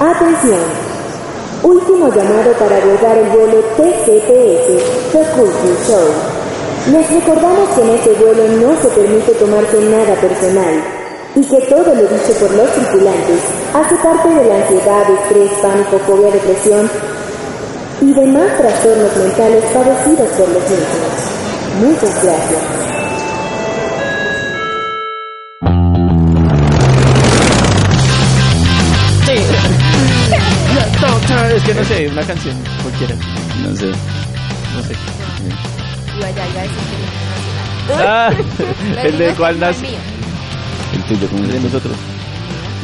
Atención. Último llamado para abordar el vuelo TCTS Kakuzu Show. Les recordamos que en este vuelo no se permite tomarse nada personal y que todo lo dicho por los tripulantes hace parte de la ansiedad, estrés, pánico, fobia, depresión y demás trastornos mentales padecidos por los mismos. Muchas gracias. Es que no sé, una canción cualquiera. No sé. No sé. Y vaya, iba a decir que no Ah, nacional. el de Pero cuál no es nace. mío. El tuyo, ¿cómo El de se llama? nosotros.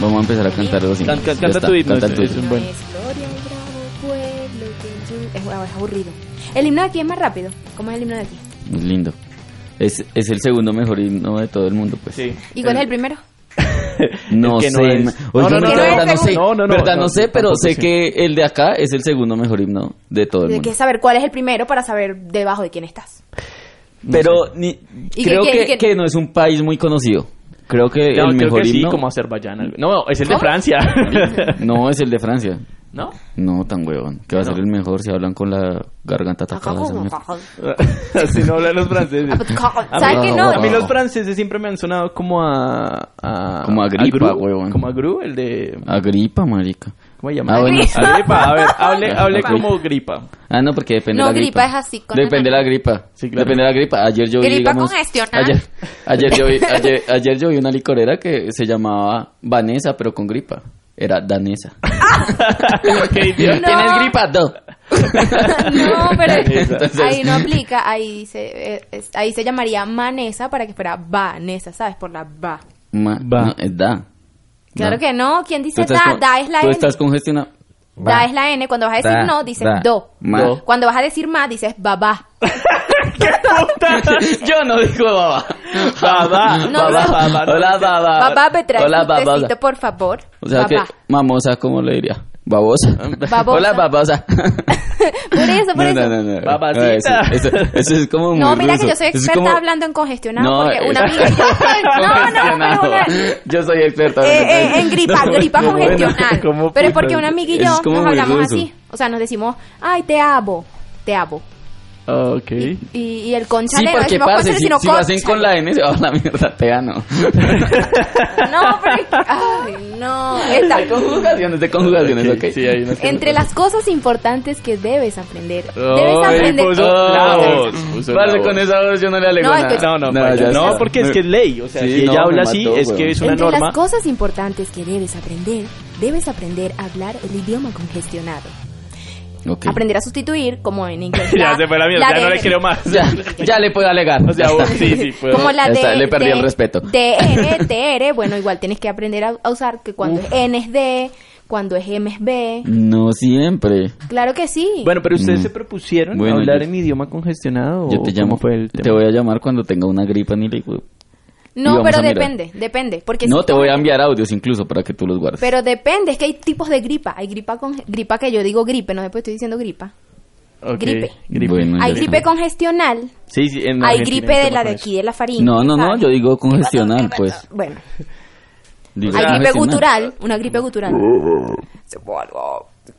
Vamos a empezar a cantar así. Can- can- Ya canta está, tu himno, canta es- el tuyo. es un buen. No es gloria al bravo pueblo que en su- Es, ah, es aburrido. El himno de aquí es más rápido. ¿Cómo es el himno de aquí? Muy lindo. Es, es el segundo mejor himno de todo el mundo, pues. Sí. Igual es el primero. No El que sé. no es. ma- Oye, No, no, no, ahorita no, verdad no, no sé. no, no, no, verdad no, no sé, pero tampoco sé sé. que el de acá es el segundo mejor himno de todo el Hay mundo. que saber cuál es el primero para saber debajo de quién estás. Pero ni- ¿Y creo qué- qué- que, qué- que no es un país muy conocido. Creo que No, el creo mejor que sí, himno. como Azerbaiyán. algo. No, es el de ¿Cómo? Francia. No, es el de Francia. ¿No? No, tan huevón. Que va a ser No. el mejor si hablan con la garganta atacada. Así no hablan los franceses. que ¿Sabes qué Ah, no? no? A mí los franceses siempre me han sonado como a... a Como a gripa, Gru, huevón. Como a Gru, el de... Agripa, marica. ¿Cómo se llama? Ah, bueno. A gripa, a ver, hable, hable Gripa. como gripa. Ah, no, porque depende No, de la gripa. gripa es así, con depende de la la gripa. Sí, claro. Depende de la gripa. Ayer yo vi, Gripa digamos... congestionada. Ayer, ayer, yo vi, ayer, ayer yo vi una licorera que se llamaba Vanessa, pero con gripa. Era danesa. Ok, idiota. No. ¿Tienes gripa? No. no, pero Entonces- ahí no aplica, ahí se, eh, es- ahí se llamaría Manesa para que fuera Vanessa, ¿sabes? Por la va. Ma- Va. no, es da. Claro Da. que no, ¿quién Tú dice estás da? con- Da es la Tú N. estás congestionado. Da es la N, cuando vas a decir Da, no, dices da, do. ma. Do. Cuando vas a decir ma, dices babá. Yo no digo baba. Baba, No, baba, no. baba. Hola, baba. Babá, me traes Hola, un baba. tecito, por favor. O sea que, babá. mamosa, ¿cómo le diría? Babosa. Babosa. Hola, babosa. Por eso, por no, eso. no, no, no. Babacita. No, Eso, eso- eso es como muy No, mira que ruso. yo soy Eso es experta como- hablando en congestionado No, porque una es- amiga... No, no, no, pero una- Congestionado. Yo soy experta hablando Eh, eh, en gripa, gripa no, bueno, congestional. ¿cómo pero es putas? porque un amigo y Es yo como nos muy hablamos ruso. así. O sea, nos decimos, ay, te amo, te amo. Ok. Y, y el concha Sí, le- no porque decimos parce, conchale, si, sino si lo hacen con conchale. la N se va a la mierda, te gano. No, porque... Ay, no. Esta- Hay conjugaciones, de conjugaciones, ok. Ok, sí, hay unas que- Entre las cosas importantes que debes aprender. Oh, debes ahí aprender... puso la voz, puso la Parce, voz. con esa voz yo no le alego No, nada. es que- No, no, No, vaya, ya no, está. porque es que es ley. O sea, Sí, si ella no, habla me así, mató, es que weón. es una Entre norma. las cosas importantes que debes aprender, debes aprender a hablar el idioma congestionado. Ok. Aprender a sustituir, como en inglés. ya la- se fue la mierda, la ya no de- le creo más. Ya, ya le puedo alegar. O sea, Ya está. sí, sí, puedo. Como la Ya de, está, le perdí de- el respeto. DN, TR, bueno, igual tienes que aprender a, a usar que cuando es N es D, cuando es M es B. No siempre. Claro que sí. Bueno, pero ustedes Mm. se propusieron Bueno, hablar yo- en idioma congestionado. Yo te o Oh, cómo llamo. Fue el Te tema? voy a llamar cuando tenga una gripa ni le no, íbamos pero a mirar. depende, depende. Porque No, sí- te voy a enviar audios incluso para que tú los guardes. Pero depende, es que hay tipos de gripa. Hay gripa con gripa que yo digo gripe, no después estoy diciendo gripa. Ok, gripe. Bueno, Hay ya gripe está. congestional, Sí, sí, en hay Argentina gripe de estamos la con de eso. aquí, de la faringe. No, no, no, ¿sabes? yo digo congestional, pues. Bueno, Digo hay gripe congestional. gutural, una gripe gutural.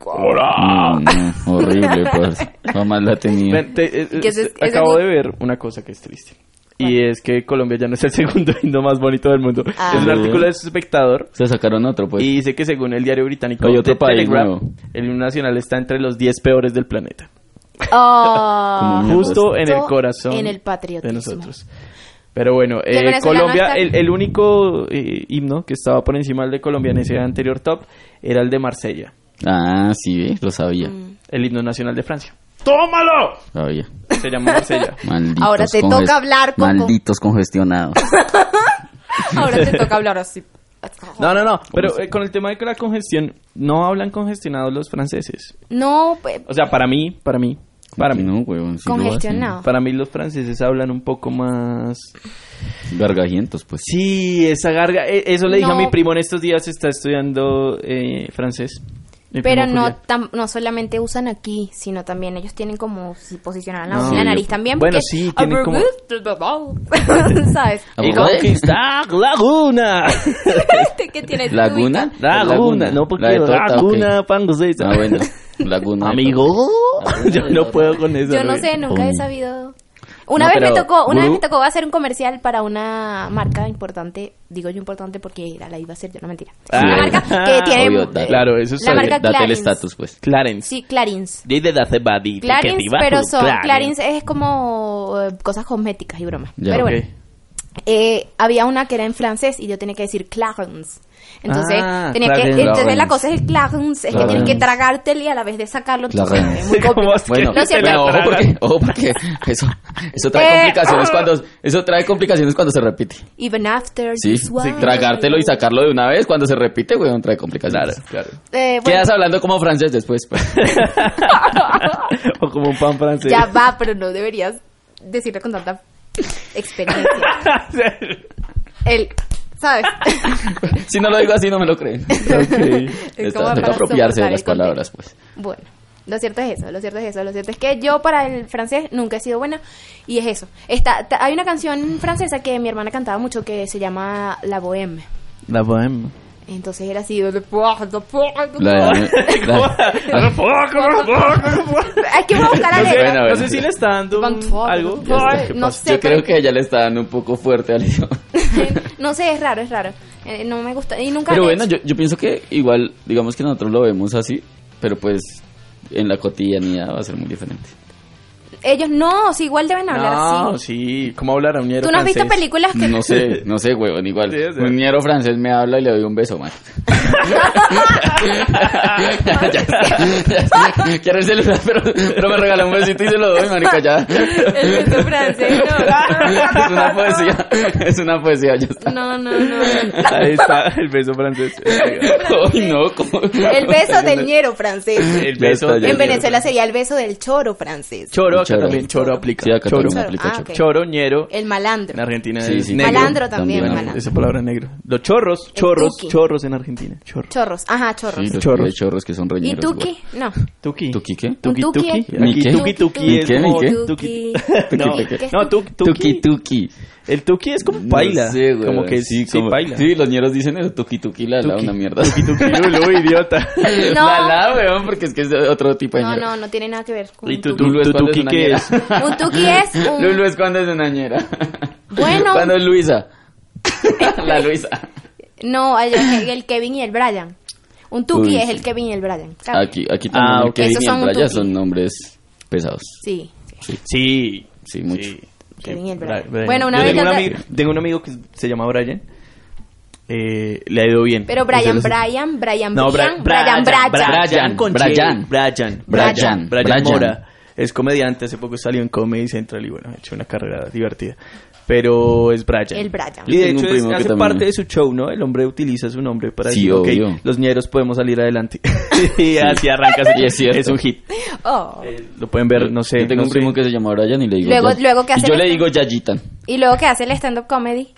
No, no, horrible, pues. Jamás la tenía. Ven, te- eh, que ese- eh, ese acabo ni- de ver una cosa que es triste. Y es que Colombia ya no es el segundo himno más bonito del mundo. Ah. Es un Sí. artículo de su espectador. Se sacaron otro, pues. Y dice que según el diario británico Oye, otro The país Telegraph, nuevo. el himno nacional está entre los 10 peores del planeta. Ah. Como Justo en el Justo corazón en el de patriotismo. nosotros. Pero bueno, Que el eh, venezolano Colombia, está- el, el único eh, himno que estaba por encima del de Colombia en ese anterior top era el de Marsella, Mm. Ah, sí, ve, lo sabía. el himno nacional de Francia. Sabía. Se llama Marsella. Malditos Ahora te conges- toca hablar con- Malditos congestionados. Ahora te toca hablar así. No, no, no. Pero eh, con el tema de la congestión, no hablan congestionados los franceses. No, pues, O sea, para mí, para mí, para mí. No, huevón. sí lo hacen. Congestionado. Para mí los franceses hablan un poco más... Gargajientos, pues. Sí, esa garga... eh, Eso le dije No. a mi primo en estos días, está estudiando eh, francés. Mi pero primo no, Julián. tam- no solamente usan aquí, sino también ellos tienen como si posicionaran la, No. la Sí, nariz yo- también. bueno, porque- sí, tienen como- ¿Sabes? Y ¿Abogado? conquistar Laguna. ¿Qué tienes tú, ¿Laguna? Vita? Laguna. No, porque La de Tota, ok. Laguna, pango, seis. Ah, bueno. Laguna. de Amigo, Tota. yo no puedo con eso. Yo no güey. sé, nunca he Uy. sabido. Una No, vez me pero, tocó, una vez gurú. me tocó hacer un comercial para una marca importante, digo yo importante porque era la iba a hacer yo, no mentira. Ah. una marca que tiene Obvio, da- Claro, eso la sabe. marca Date el Clarins. estatus, pues. Clarence. Sí, Clarins. Dice de hace badito, que pues, Clarins, diva pero tú, son Clarins es como eh, cosas cosméticas y bromas. Ya, Pero bueno, ok. eh, había una que era en francés y yo tenía que decir Clarins. Entonces, Ah, tenía que, Clarins. entonces la Clarins. cosa es el Clarins, es que Clarins. tienes que tragártelo y a la vez de sacarlo. entonces, Clarins. es muy ¿Cómo complicado. es que Bueno, Lo siento. bueno, ojo porque, tragan? ojo porque eso, eso trae Eh, complicaciones ah. cuando, eso trae complicaciones cuando se repite. Even after Sí, this one. tragártelo y sacarlo de una vez cuando se repite, weón, trae complicaciones. Claro, claro. Eh, bueno, Quedas hablando como francés después. pues. o como un pan francés. Ya va, pero no deberías decirlo con tanta experiencia. El, ¿sabes? si no lo digo así, no me lo creen. Ok. Es Está- como Toca para apropiarse de soportar las el palabras, pues. Bueno, lo cierto es eso, lo cierto es eso, lo cierto es que yo para el francés nunca he sido buena y es eso. Está, ta- hay una canción francesa que mi hermana cantaba mucho que se llama La Bohème. La bohème. Entonces era así, de "Puah, de puah, de La- puah". la- Hay que buscar la No sé, letra. Bueno, no sé si le está dando Van un- Ford, algo. Este, Van Ford, ¿Qué no pasa? sé. yo creo que ella le está dando un poco fuerte al idioma. no sé, es raro, es raro. Eh, no me gusta y nunca Pero lo he bueno, hecho. yo, yo pienso que igual, digamos que nosotros lo vemos así, pero pues en la cotidianidad va a ser muy diferente. ellos no, sí, igual deben hablar así. No, sí. ¿Cómo hablar a un ¿Tú no has visto francés? películas que No sé, no sé, huevón, igual. Sí, o sea. Un ñero francés me habla y le doy un beso, man. Ya está, ya está. Quiero el celular, pero, pero me regaló un besito y se lo doy, marica, ya. El beso francés, no. Es una poesía, es una poesía, ya está. No, no, no. Ahí está, el beso francés. Ay, no, como... El beso del ñero francés. El beso. Ya está, ya En Venezuela sería el beso del choro francés. Choro, acá Choro. también. Choro aplica. Sí, acá choro. también Choro, aplica ah, choro. ok. Choro, ñero. El En malandro. Argentina Sí, es sí, negro. Malandro también, Bueno, malandro. Esa palabra es negro. Los chorros, chorros, tuqui. chorros en Argentina. Chorros. Chorros, ajá, Sí, chorros. los Chorros. chorros. chorros que son ¿Y rellenos. tuki? No. Tuki. ¿Tuki qué? Tuki, ¿Un tuki? tuki. ¿Mi qué? Tuki, tuki. ¿Mi es qué? ¿Mi como- qué? Tuki. Tuki. No, ¿Qué es no, tu- Tuki, tuki. tuki. El tuki es como No paila. sé, güey. Como que sí, sí, como- paila. Sí, los ñeros dicen eso, tuki, tuki, la, la, Tuki. una mierda. Tuki, tuki, uy, uy, idiota. No. La, la, weón, porque es que es otro tipo de No, ñero. no, no tiene nada que ver con ¿Y un tu, tuki. tu, Lulu es tu cuando tuki es una qué ñera. es? Un tuki es un- Lulu es cuando es una ñera. Bueno. Cuando es Luisa. la Luisa. No, hay el, el Kevin y el Brian. Un tuki Uy, es sí. el Kevin y el Brian. ¿sabes? Aquí, aquí también Ah, el ok. Kevin Esos y son el un Braya tuki. son nombres pesados. Sí. Sí. Sí, mucho. Kevin y el Bra- Brian. Brian. Bueno, una Yo vez tengo, yo un ta- amigo, tengo un amigo que se llama Brian. Eh, le ha ido bien. Pero O sea, Brian, los- Brian, Brian, No, Brian, Bra- Brian, Brian, Brian. Brian, con Brian. J, Brian, Brian, Brian, Brian Brian. Mora. Es comediante, hace poco salió en Comedy Central y bueno, ha hecho una carrera divertida. Pero es Brian. El Brian. Y Yo de tengo hecho un es- primo que hace también- parte de su show, ¿no? El hombre utiliza su nombre para Sí, decir, ok, obvio. los ñeros podemos salir adelante. y así arranca. su- Y es cierto. un hit. Oh. Lo pueden ver, no sé. Yo tengo no un primo sé. que se llama Brian y le digo. Luego- Yay- luego este? que y hace yo el- le digo Yayitan. Y luego que hace el stand-up comedy,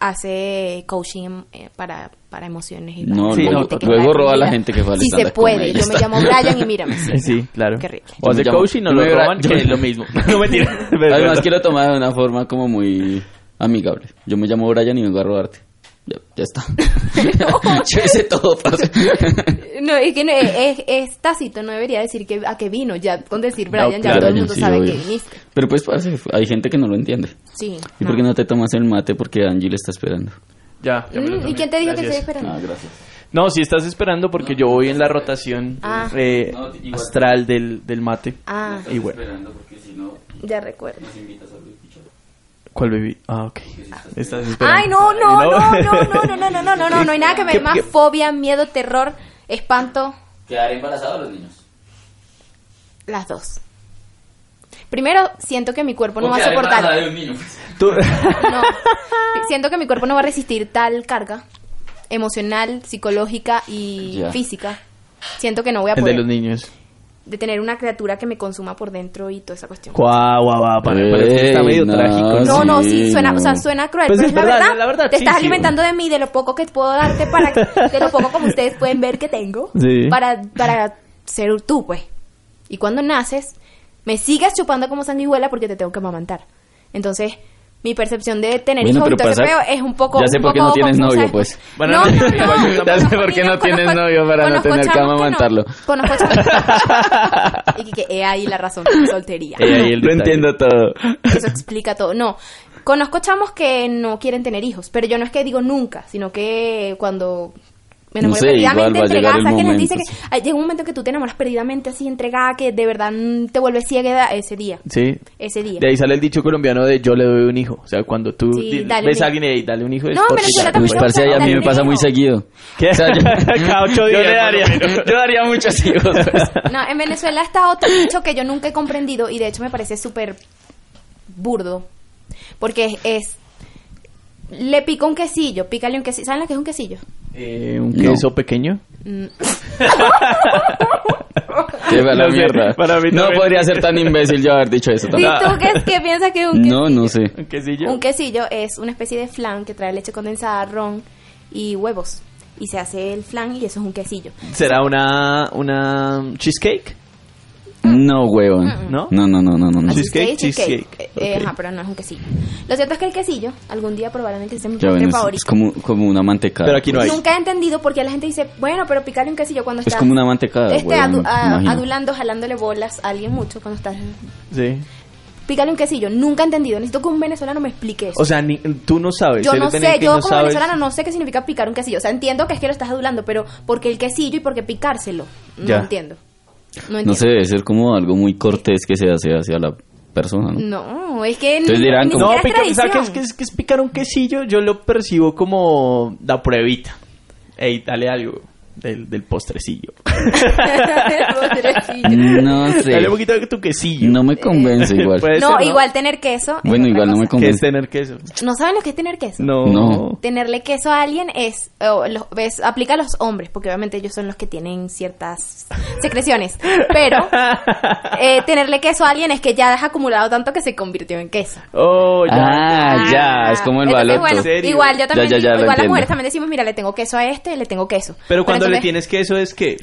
hace coaching eh, para, para emociones. Y No, para no, gente que luego está roba a la deprimida. gente que va al Si se stand-up puede, comedy, yo ya me está. llamo Brian y mírame. Eh, Sí, claro. Qué horrible. O hace Yo me llamo- coaching no yo lo me gra- roban, yo que me- es lo mismo. No mentira. Pero Además bueno. que lo toma de una forma como muy amigable. Yo me llamo Brian y vengo a robarte. Ya, ya está. yo hice todo, parce. No, es que no, es, es- es tácito, no debería decir que, a qué vino. Ya con decir Brian, ya Brian, todo el mundo sí, sabe obvio. que viniste. Ah. Pero pues, parce, hay gente que no lo entiende. Sí. ¿Y por qué no te tomas el mate? Porque Angie le está esperando. Ya, ya me lo Mm, ¿Y tomé. quién te dijo que Gracias. estoy esperando? Ah, gracias. No, si estás esperando porque yo voy en la rotación Ah. eh, No, igual. astral del, del mate. Ah, Y bueno, esperando porque si no, ya recuerdo. nos invitas a picho. ¿cuál bebí? Ah, ok. Estás esperando. Ay, no, no, no, Y no, no, no, no, no, no, no, no, no hay nada que me dé ¿Qué- más qué- fobia, miedo, terror, espanto, ¿Quedar embarazados los niños? las dos. Primero, siento que mi cuerpo Pues no va a Porque además soportar. la de un niño, pues. Tú- No. Siento que mi cuerpo no va a resistir tal carga emocional, psicológica y Ya. física. Siento que no voy a el de poder los niños. de tener una criatura que me consuma por dentro y toda esa cuestión. Guau, guau, guau. Para, para usted está Ey, medio no, trágico. No, Ah, Sí, no, sí, suena, no. o sea, suena cruel, Pues pero es es la verdad, verdad, es la verdad, te sí, estás sí. alimentando de mí, de lo poco que puedo darte para, de lo poco como ustedes pueden ver que tengo, Sí. para, para ser tú, pues. Y cuando naces, me sigas chupando como sanguijuela porque te tengo que amamantar. Entonces, mi percepción de tener Bueno, hijos y pero todo ese pasa- peo es un poco ya sé un por qué poco no tienes confusa. novio, pues. Bueno, no, no, ya no, sé por qué no Conozco- tienes novio para no conozco tener que chamos no- amamantarlo. Conozco chamos- Y que he ahí la razón, soltería. Ey, ahí el detalle. Lo entiendo todo. Eso explica todo. No, conozco chamos que no quieren tener hijos, pero yo no es que digo nunca, sino que cuando me No enamoré sé, igual perdidamente, va a entregada, llegar el ¿sabes que les momento, dice que ay, llega un momento que tú te enamoras perdidamente así, entregada, que de verdad mm, te vuelves ciega ese día? Sí. Ese día. De ahí sale el dicho colombiano de yo le doy un hijo. O sea, cuando tú Sí, di- dale ves un a alguien y dale un hijo. es No, en porque- Venezuela Uy, también parce, pasa, ahí a mí dale me un pasa muy hijo. seguido. ¿Qué? O sea, yo, Cada ocho yo le días, por lo daría, menos. yo daría muchos hijos. No, en Venezuela está otro dicho que yo nunca he comprendido y de hecho me parece súper burdo. Porque es, es- Le pico un quesillo, pícale un quesillo. ¿Saben lo que es un quesillo? Eh, un No. queso pequeño. Mm, Qué mala No sé, mierda. para mí no también. podría ser tan imbécil yo haber dicho eso. ¿Y tampoco. tú qué, qué piensas que es un quesillo? No, no sé. Un quesillo. Un quesillo es una especie de flan que trae leche condensada, ron y huevos. Y se hace el flan y eso es un quesillo. ¿Será una, una um, cheesecake? No, huevón. ¿No? No, no, no, no, no. no. Así Cheesecake, Así es que es cheesecake. Eh, Ok. Ajá, pero no es un quesillo. Lo cierto es que el quesillo, algún día probarán el que sea mi Ya ven, postre es, es favorito. como, como una mantecada. Pero aquí no hay. Nunca he entendido por qué la gente dice, bueno, pero picarle un quesillo cuando Es estás... como una mantecada, este, huevón, adu- a- imagino. adulando, jalándole bolas a alguien mucho cuando estás... Sí. Pícale un quesillo. Nunca he entendido. Necesito que un venezolano me explique eso. O sea, ni- tú no sabes. Yo Pues, eres no sé, venezolano, yo como sabes. venezolana no sé qué significa picar un quesillo. O sea, entiendo que es que lo estás adulando, pero ¿por qué el quesillo y por qué picárselo? No Ya. entiendo. No entiendo. No sé, debe ser como algo muy cortés que se hace hacia la persona, ¿no? No, es que Entonces dirán ni como- siquiera No, pica- es o sea, que es, tradición. que, es, que es picar un quesillo, yo lo percibo como la pruebita. Ey, dale algo del, del postrecillo. Mm, No sé. Dale un Eh, pues, poquito de tu quesillo. No me convence igual. Puede No, ser, ¿no? igual tener queso. es Bueno, otra igual no me cosa. ¿Qué es convence. tener queso? ¿No saben lo que es tener queso? No. No. Tenerle queso a alguien es, o los- ves, aplica a los hombres, porque obviamente ellos son los que tienen ciertas secreciones. Pero eh, tenerle queso a alguien es que ya has acumulado tanto que se convirtió en queso. Oh, ya. Ah, ya, es como el Entonces, baloto. bueno, serio? igual yo también, Ya, ya, ya, lo igual las entiendo. mujeres también decimos, mira, le tengo queso a este, le tengo queso. Pero cuando le entonces- tienes queso es que...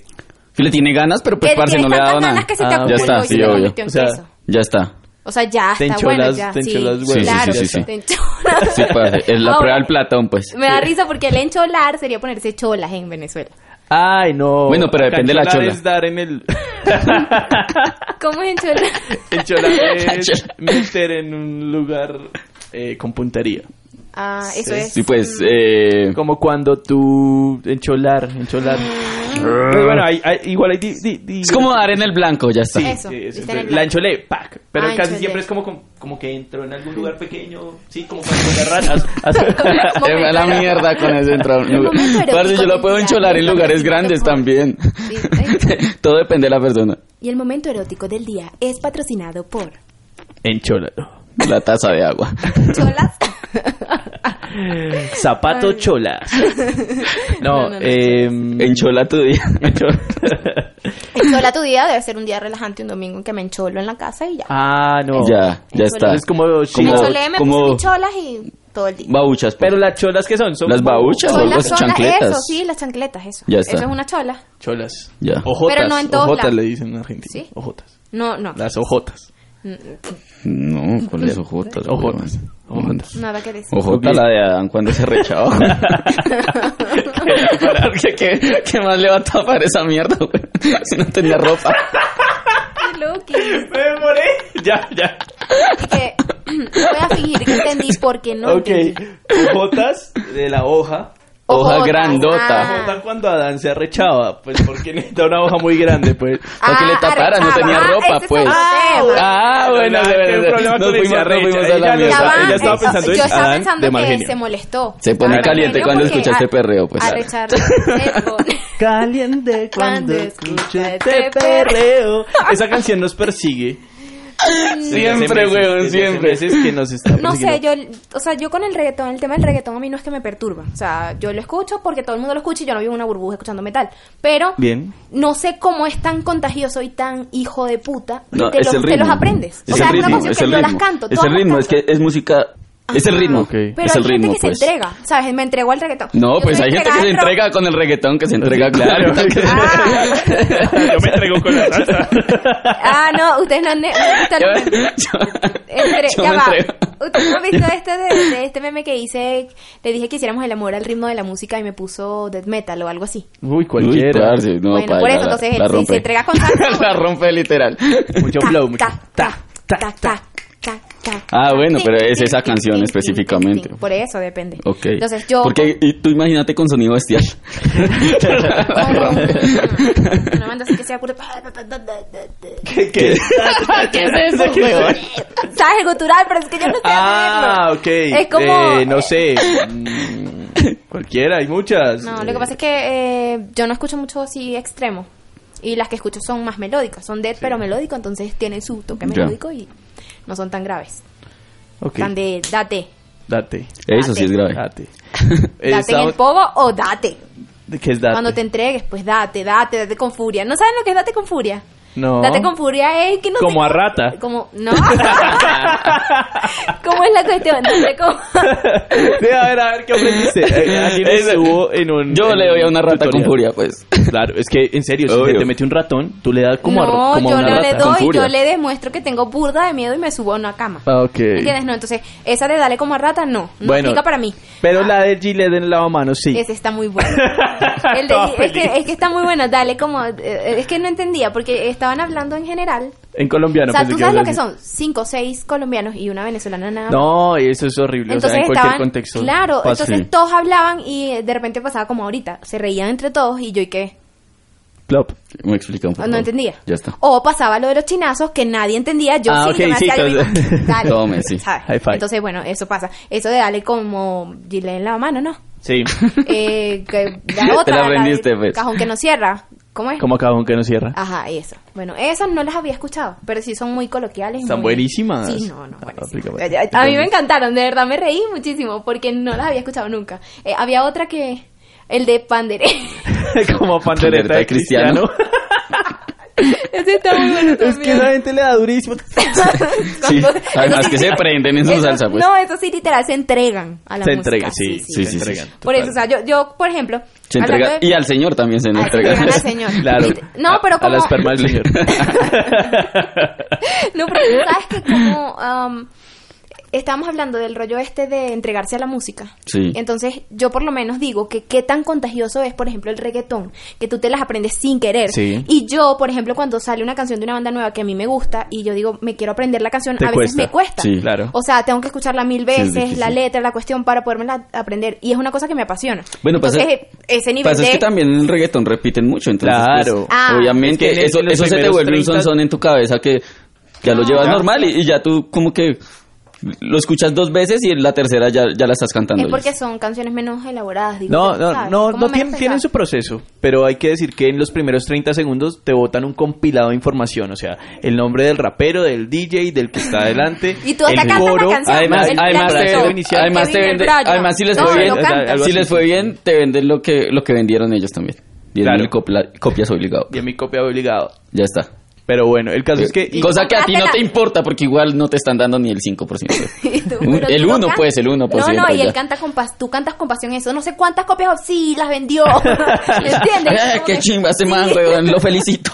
Que le tiene ganas, pero pues que parce, tienes no le ha tantas dado nada. ganas que se te Ah, acumuló ya está, y sí, se te obvio. convirtió en O sea, queso. Ya está. O sea, ya Te está bueno, encholas- ya. te sí. encholas, güey. Sí, sí, Claro, sí, sí, sí. te encholas. Sí, parce, es la Ahora, prueba del platón, pues. Oh. Me da risa porque el encholar sería ponerse cholas en Venezuela. Ay, no. Bueno, pero depende de la Cancholar chola. es dar en el... ¿Cómo es encholar? el chola es Cancholar. meter en un lugar eh, con puntería. Ah, eso es. Sí, pues, eh... Como cuando tú... Encholar, encholar. Pero bueno, hay- hay- igual hay... di- di- di- Es como dar en el blanco, ya está. Sí, Eso, sí, está entonces, en el la blanco. encholé, pack. Pero Ah, casi encholé. siempre es como, com- como que entro en algún lugar pequeño, sí, como cuando agarran a- a- Un Se va a la momento. mierda con ese entrado. Un momento erótico, Parce, yo la puedo identidad, encholar en identidad, lugares identidad, grandes por favor. también. ¿Viste? Todo depende de la persona. Y el momento erótico del día es patrocinado por Enchola. La taza de agua. cholas. Zapato chola. No, No, no, no, eh, Enchola tu día. enchola. Enchola tu día debe ser un día relajante, un domingo en que me encholo en la casa y ya. ah, no. Ya, ya Enchola. está. Es como, me como- encholé, me como- puse mis cholas y todo el día. Babuchas. pues. Pero las cholas que son, son Las como- babuchas. Cholas, las cholas, chancletas. Eso, sí, las chancletas, eso. Ya está. Eso es una chola. Cholas. Ya. Ojotas. Pero no en todos ojotas lados. le dicen en Argentina. ¿Sí? Ojotas. No, no. Las ojotas. No, con las ojotas. Ojotas. weón. Ojotas. Nada que decir. Ojota la de Adán cuando se rechaba. ¿Qué, qué, qué más le va a tapar esa mierda, güey? Si no tenía ropa. Oh. Qué loco. Me demoré. Ya, ya. que voy a fingir que entendí porque no ok. entendí. Ojotas de la hoja. Hoja Ojotas, grandota. ah. Ojotas cuando Adán se arrechaba, pues porque necesita una hoja muy grande, pues. Para que le taparan, no arrechaba. tenía Ah, ropa, ese es pues. otro tema. Ah, bueno, Ah, de tiene un verdad. problema con Nos el fuimos, nos arrecho, fuimos ella a la lo mierda. Ya estaba- va, ella estaba eso- pensando en yo estaba Adán pensando de mal que genio. se molestó. Se pone Adán de caliente mal genio cuando porque escucha este perreo, pues. Arrechar se pone. Caliente cuando Cuando escuché escucha este este perreo. Esa canción nos persigue Siempre, weón, siempre. Es que nos está No sé, persiguiendo. yo, o sea, yo con el reggaetón, el tema del reggaetón a mí no es que me perturba. O sea, yo lo escucho porque todo el mundo lo escucha y yo no vivo en una burbuja escuchando metal. Pero Bien. no sé cómo es tan contagioso y tan hijo de puta que No, te, es los, el te ritmo. los aprendes. Es o sea, el es una ritmo, canción es que el yo las ritmo. canto. Es todas el las ritmo, es canto. que es música. Es el Ajá. ritmo. Ok. Pero es hay el gente ritmo, que pues. se entrega, ¿sabes? Me entregó al reggaetón. No, Yo pues soy hay gente que se entregada al rock. entrega con el reggaetón, que se Ah. entrega con claro. el reggaetón. Yo me entrego con la salsa. Ah, no, ustedes no han no han visto el Yo- meme. yo- Entre- yo ya me va. entrego. Ustedes no han visto este, de, de este meme que hice, le dije que hiciéramos el amor al ritmo de la música y me puso death metal o algo así. Uy, Uy, cualquiera. parce, no, bueno, paila, por eso, la- entonces, la si rompe. se entrega con salsa, La bueno. rompe literal. mucho Ta, flow, mucho. ta, ta, ta, ta, ta, ta, Ah, bueno, ta, pero tin, es tin, esa tin, canción tin, tin, específicamente. tin, tin. Por eso depende. Ok. Entonces yo. Porque y tú imagínate con sonido bestial. La Como- rompe. Una banda así que sea puro- ¿Qué, qué? ¿Qué es eso, weón? ¿Sabes? El gutural, pero es que yo no sé Ah, hacerlo. ok. Es como. Eh, no sé. Mm, Cualquiera, hay muchas. No, lo que pasa es que eh, yo no escucho mucho así extremo. Y las que escucho son más melódicas. Son dead, pero melódico. Entonces tienen su toque Ya. melódico y no son tan graves. Ok, Eh, Tan de date. Date. Eso sí es grave. Date. Date en el pogo o date. ¿Qué es date? Cuando te entregues, pues date, date, date con furia. ¿No saben lo que es date con furia? No. Date con furia es que no sé Como a cómo- rata. Como, no. ¿Cómo es la cuestión? Date con... Sí, a ver, a ver, ¿qué aprendiste? Eh, alguien Eso. estuvo en un... Yo en le doy a un una rata con tutorial. furia, pues. Claro, es que en serio, si Obvio. se te mete un ratón, tú le das como, a- no, como a yo una no le rata. con doy, furia. yo le demuestro que tengo burda de miedo y me subo a una cama. Ah, ok. ¿Entiendes? No, entonces, esa de dale como a rata, no. No aplica para mí. Pero la de Gillette en lavamanos sí. Ah. Ese está muy bueno. El de- Estaba es, que, feliz. es que está muy bueno, dale como... eh, es que no entendía, porque estaban hablando en general. En colombiano. o sea, pensé tú que sabes lo ibas a que decir. son, cinco o seis colombianos y una venezolana nada más. No, eso es horrible. o sea, en cualquier contexto. claro, pasa. entonces todos hablaban y de repente pasaba como ahorita, se reían entre todos y yo y qué, Plop. Me explica un poco. Ah, no entendía. Oh, Ya está. O pasaba lo de los chinazos que nadie entendía, yo Ah, sí, que ok, me sí, hacía yo entonces- misma. Dale, Tome, sí. ¿sabes? High five. Entonces, bueno, eso pasa. Eso de darle como Gile en la mano, ¿no? Sí. Eh, que Te la otra, la de aprendiste, pues. cajón que no cierra, ¿cómo es? Como cajón que no cierra. Ajá, eso. Bueno, esas no las había escuchado, pero sí son muy coloquiales. y Están muy- buenísimas. Sí, no, no, Ah, buenísimas. aplícame. Ya, ya, A mí me encantaron, de verdad me reí muchísimo porque no las había escuchado nunca. Eh, había otra que, el de Pandere. como pandereta de cristiano. Ese está muy bueno es que la gente le da durísimo. Sí, Cuando- además que se Eso- prenden en su eso- salsa, pues. No, eso sí literal se entregan a la Se música. entrega, sí, sí, se sí, entregan. sí. Por eso, o sea, yo, yo por ejemplo... Se entrega. hablando de- Y al señor también se le Ah, se entrega. entregan al señor. Claro. No, A- A pero la como- esperma del señor. No, pero sabes que como am, estamos hablando del rollo este de entregarse a la música. Sí. Entonces, yo por lo menos digo que qué tan contagioso es, por ejemplo, el reggaetón, que tú te las aprendes sin querer. Sí. Y yo, por ejemplo, cuando sale una canción de una banda nueva que a mí me gusta y yo digo, me quiero aprender la canción, Te a veces cuesta. me cuesta. Sí. Claro. O sea, tengo que escucharla mil es veces, la difícil. letra, la cuestión para podérmela aprender. Y es una cosa que me apasiona. Bueno, pasa- Entonces, ese nivel Pasa de... Pues es que también en el reggaetón repiten mucho, entonces Claro. pues, Ah. obviamente Es que en- eso, en los eso se te primeros vuelve 30 un sonzón en tu cabeza que ya lo llevas normal y, y ya tú como que lo escuchas dos veces y en la tercera ya, ya la estás cantando. Es porque son canciones menos elaboradas. digo No, yo, no, ¿sabes? no, Como no tienen, menos tienen pesadas. su proceso, pero hay que decir que en los primeros 30 segundos te botan un compilado de información, o sea, el nombre del rapero, del DJ, del que está adelante, Y tú hasta el cantas la coro, canción. Además, El además, te, platillo, inicial. además el te que viene venden- el rayo. además si les No, fue lo bien, cantas. si les fue bien, te venden lo que, lo que vendieron ellos también. Y Claro. copias obligado. y a mi copia obligado. Ya está. Eh, Pero bueno, el caso Pues es que y- Cosa que a ti no Comprátela. te importa porque igual no te están dando ni el 5%. Y tú, Un- pero el tú no uno, can- pues, el 1%, No, no, y ya. él canta con pas- tú cantas con pasión eso. No sé cuántas copias, oh, sí, las vendió. ¿Entiendes? Ah, Como ¡Qué que- chimba ese man, Sí. weón! Lo felicito.